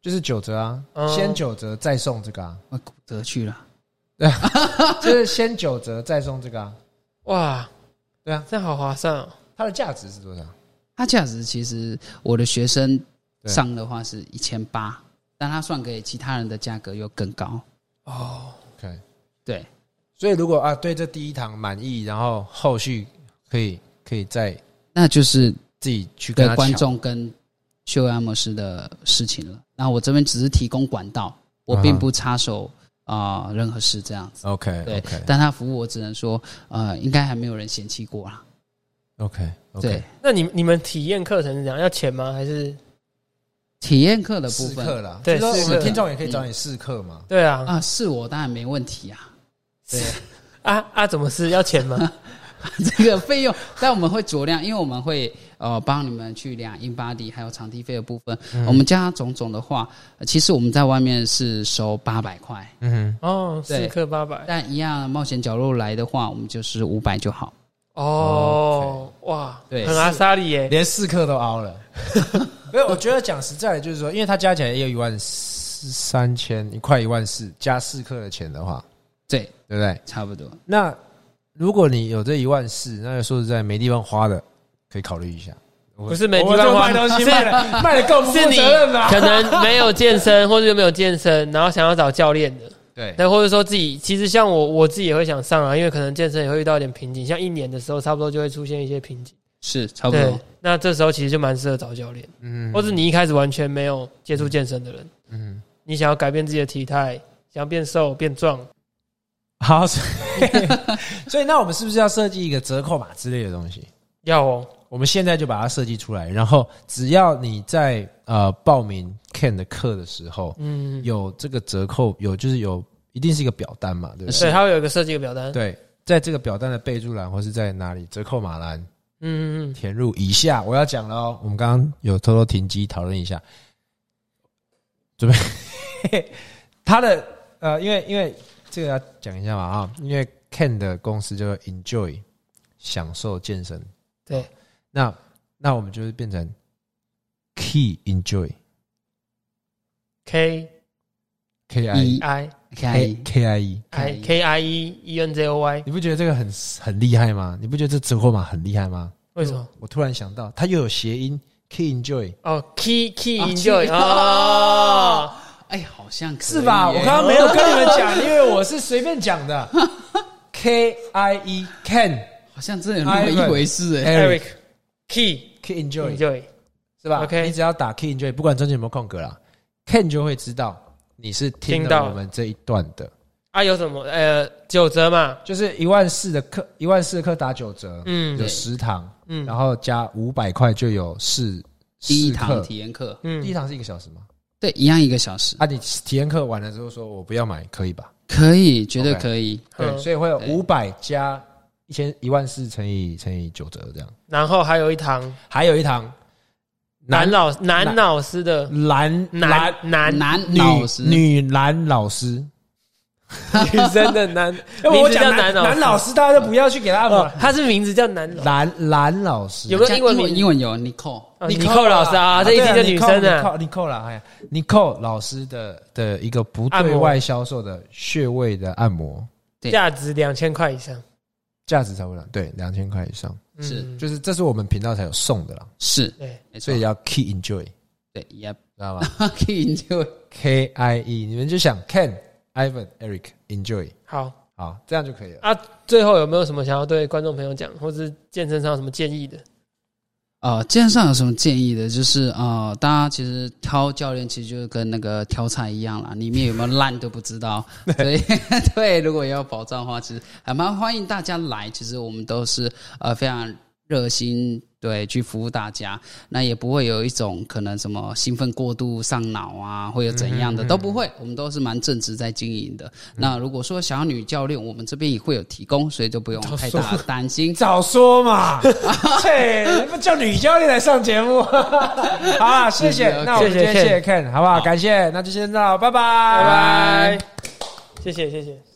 [SPEAKER 1] 就是九折啊，
[SPEAKER 2] 嗯
[SPEAKER 1] 先九折再送这个啊，
[SPEAKER 3] 我骨折去了，
[SPEAKER 1] 就是先九折再送这个啊，
[SPEAKER 2] 哇，
[SPEAKER 1] 对啊，
[SPEAKER 2] 这好划算哦，
[SPEAKER 1] 它的价值是多少？
[SPEAKER 3] 他价值其实我的学生
[SPEAKER 1] 对
[SPEAKER 3] 上的话是一千八，但他算给其他人的价格又更高。
[SPEAKER 2] 哦，
[SPEAKER 1] OK，
[SPEAKER 3] 对，
[SPEAKER 1] 所以如果啊对这第一堂满意，然后后续可以可以再
[SPEAKER 3] 那就是
[SPEAKER 1] 自己去跟
[SPEAKER 3] 对
[SPEAKER 1] 他
[SPEAKER 3] 观
[SPEAKER 1] 抢
[SPEAKER 3] 众跟秀恩按摩师的事情了。那我这边只是提供管道，我
[SPEAKER 1] 嗯
[SPEAKER 3] 并
[SPEAKER 1] 哼
[SPEAKER 3] 不插手啊、任何事这样子。
[SPEAKER 1] OK
[SPEAKER 3] 对
[SPEAKER 1] OK
[SPEAKER 3] 但他服务我只能说，呃，应该还没有人嫌弃过啦。
[SPEAKER 1] OK
[SPEAKER 3] 对
[SPEAKER 1] OK，，
[SPEAKER 2] 那你你们体验课程是怎样？要钱吗？还是
[SPEAKER 3] 体验课的部
[SPEAKER 1] 试
[SPEAKER 3] 分
[SPEAKER 1] 课啦，
[SPEAKER 2] 对
[SPEAKER 1] 就是说我
[SPEAKER 2] 试
[SPEAKER 1] 们
[SPEAKER 2] 课
[SPEAKER 1] 听众也可以找你试课嘛。
[SPEAKER 2] 对啊
[SPEAKER 3] 啊，是我当然没问题啊。对，
[SPEAKER 2] 啊啊，怎么是要钱 吗？
[SPEAKER 3] 这个费用，但我们会酌量，因为我们会呃帮你们去量 in body 还有场地费的部分。
[SPEAKER 1] 嗯
[SPEAKER 3] 我们加种种的话，呃其实我们在外面是收八百块，
[SPEAKER 1] 嗯
[SPEAKER 2] 哦，四
[SPEAKER 3] 对
[SPEAKER 2] 课八百
[SPEAKER 3] 但一样冒险角落来的话，我们就是五百就好。
[SPEAKER 2] 哦，哇，
[SPEAKER 3] 对
[SPEAKER 2] 很阿莎莉
[SPEAKER 1] 哼，
[SPEAKER 2] 耶，
[SPEAKER 1] 连试课都凹了。 没有，我觉得讲实在的，就是说，因为它加起来也有一万四三千，快一万四，加试课的钱的话，
[SPEAKER 3] 对，
[SPEAKER 1] 对不对？
[SPEAKER 3] 差不多。
[SPEAKER 1] 那如果你有这一万四，那说实在没地方花的，可以考虑一下。不
[SPEAKER 2] 不是没地方花
[SPEAKER 1] 卖东西
[SPEAKER 2] 是
[SPEAKER 1] 卖 的卖的够不负
[SPEAKER 2] 是你
[SPEAKER 1] 责任啊！
[SPEAKER 2] 可能没有健身，或者没有健身，然后想要找教练的，
[SPEAKER 1] 对
[SPEAKER 2] 那或者说自己，其实像我我自己也会想上啊，因为可能健身也会遇到一点瓶颈，像一年的时候差不多就会出现一些瓶颈。
[SPEAKER 3] 是差不
[SPEAKER 2] 对
[SPEAKER 3] 多，，
[SPEAKER 2] 那这时候其实就蛮适合找教练，
[SPEAKER 1] 嗯
[SPEAKER 2] 或者你一开始完全没有接触健身的人，
[SPEAKER 1] 嗯，
[SPEAKER 2] 你想要改变自己的体态，想要变瘦变壮，
[SPEAKER 1] 好，所以 所以那我们是不是要设计一个折扣码之类的东西？
[SPEAKER 2] 要哦，
[SPEAKER 1] 我们现在就把它设计出来，然后只要你在呃报名 Ken 的课的时候
[SPEAKER 2] 嗯，
[SPEAKER 1] 有这个折扣，有就是有一定是一个表单嘛，对不
[SPEAKER 2] 对，
[SPEAKER 1] 对？
[SPEAKER 2] 它会有一个设计的表单，
[SPEAKER 1] 对，在这个表单的备注栏或是在哪里折扣码栏
[SPEAKER 2] 嗯嗯嗯，
[SPEAKER 1] 填入以下，我要讲了哦。我们刚刚有偷偷停机讨论一下，准备 他的呃，因为因为这个要讲一下嘛啊，因为 Ken 的公司叫做 Enjoy 享受健身，
[SPEAKER 2] 对，
[SPEAKER 1] 那那我们就是变成 Key Enjoy
[SPEAKER 2] K
[SPEAKER 1] K I
[SPEAKER 3] 一
[SPEAKER 2] I
[SPEAKER 1] K
[SPEAKER 3] 以
[SPEAKER 1] K I E，
[SPEAKER 2] I K I E E N J O Y，
[SPEAKER 1] 你不觉得这个很很厉害吗？你不觉得这折扣码很厉害吗？
[SPEAKER 2] 为什么？
[SPEAKER 1] 我突然想到，它又有谐音 Key Enjoy。
[SPEAKER 2] 哦，Key Key
[SPEAKER 3] 啊
[SPEAKER 2] Enjoy
[SPEAKER 3] 去
[SPEAKER 2] 哦，
[SPEAKER 3] 哎，好像可以
[SPEAKER 1] 是
[SPEAKER 2] 哎
[SPEAKER 1] 吧？
[SPEAKER 3] 耶
[SPEAKER 1] 我刚刚没有跟你们讲，因为我是随便讲 的。K I E Can
[SPEAKER 3] 好像真的有那么一回事哎。
[SPEAKER 2] Eric Key
[SPEAKER 1] K Enjoy
[SPEAKER 2] Enjoy，
[SPEAKER 1] 是吧
[SPEAKER 2] OK
[SPEAKER 1] 你只要打 K Enjoy，不管中间有没有空格啦，Can 就会知道你是听
[SPEAKER 2] 听
[SPEAKER 1] 了
[SPEAKER 2] 到
[SPEAKER 1] 我们这一段的，
[SPEAKER 2] 啊，有什么？呃，九折嘛，
[SPEAKER 1] 就是一万四的课，一万四的课打九折，
[SPEAKER 2] 嗯
[SPEAKER 1] 有十堂，
[SPEAKER 2] 嗯
[SPEAKER 1] 然后加五百块就有四
[SPEAKER 3] 第一
[SPEAKER 1] 四
[SPEAKER 3] 堂
[SPEAKER 1] 课
[SPEAKER 3] 体验课，
[SPEAKER 2] 嗯
[SPEAKER 1] 第一堂是一个小时吗？
[SPEAKER 3] 对，一样一个小时，
[SPEAKER 1] 啊，你体验课完了之后说我不要买，可以吧？
[SPEAKER 3] 可以，绝对
[SPEAKER 1] OK
[SPEAKER 3] 可以。
[SPEAKER 1] 对，
[SPEAKER 2] 嗯
[SPEAKER 1] 所以会有
[SPEAKER 3] 对
[SPEAKER 1] 五百加一千一万四乘以乘以九折这样。
[SPEAKER 2] 然后还有一堂
[SPEAKER 1] 还有一堂
[SPEAKER 2] 男老男老师的
[SPEAKER 1] 男
[SPEAKER 2] 男男
[SPEAKER 3] 男
[SPEAKER 1] 女
[SPEAKER 3] 老师
[SPEAKER 1] 女男老师，
[SPEAKER 2] 女生的男，
[SPEAKER 1] 因为
[SPEAKER 2] 名
[SPEAKER 1] 我
[SPEAKER 2] 字
[SPEAKER 1] 讲
[SPEAKER 2] 叫
[SPEAKER 1] 男男
[SPEAKER 2] 男
[SPEAKER 1] 老
[SPEAKER 2] 师，
[SPEAKER 1] 师，大家都不要去给他
[SPEAKER 2] 哦
[SPEAKER 1] 们，
[SPEAKER 2] 他是名字叫男老，
[SPEAKER 1] 男男老师。
[SPEAKER 2] 有没有
[SPEAKER 3] 像
[SPEAKER 2] 英
[SPEAKER 3] 英
[SPEAKER 2] 文
[SPEAKER 3] 文
[SPEAKER 2] 名？
[SPEAKER 3] 英文有 Nicole，
[SPEAKER 1] 嗯
[SPEAKER 2] 哦尼寇老师啊，这一听就女生
[SPEAKER 1] 的
[SPEAKER 2] 的，
[SPEAKER 1] 尼寇啦，哎呀，尼寇老师的的一个不
[SPEAKER 2] 按
[SPEAKER 1] 对
[SPEAKER 2] 摩
[SPEAKER 1] 外销售的穴位的按摩，
[SPEAKER 3] 对
[SPEAKER 2] 价值两千块以上，
[SPEAKER 1] 价值超过两对两千块以上，
[SPEAKER 2] 嗯
[SPEAKER 3] 是
[SPEAKER 1] 就是这是我们频道才有送的啦，
[SPEAKER 3] 是，
[SPEAKER 2] 对，
[SPEAKER 3] 没错
[SPEAKER 1] 所以要 key enjoy，知
[SPEAKER 3] 对，Yep，
[SPEAKER 1] 道吗
[SPEAKER 3] 可 以研究
[SPEAKER 1] ？K I E，你们就想 Ken、Ivan、Eric enjoy，
[SPEAKER 2] 好
[SPEAKER 1] 好，这样就可以了。
[SPEAKER 2] 啊。最后有没有什么想要对观众朋友讲，或是健身上有什么建议的？
[SPEAKER 3] 呃，健身上有什么建议的？就是呃，大家其实挑教练其实就是跟那个挑菜一样啦，里面有没有烂都不知道。所以 对，如果要保障的话，其实还蛮欢迎大家来。其实我们都是呃非常热心，对，去服务大家。那也不会有一种可能什么兴奋过度上脑啊，会有怎样的、都不会。我们都是蛮正直在经营的。那如果说想要女教练，我们这边也会有提供，所以就不用太大的担 心。
[SPEAKER 1] 早说嘛！ 切，不叫女教练来上节目。 好啦，谢谢。那我们今天谢谢 Ken，好不好？感谢，那就先到，拜拜，
[SPEAKER 2] 拜拜，谢谢谢谢。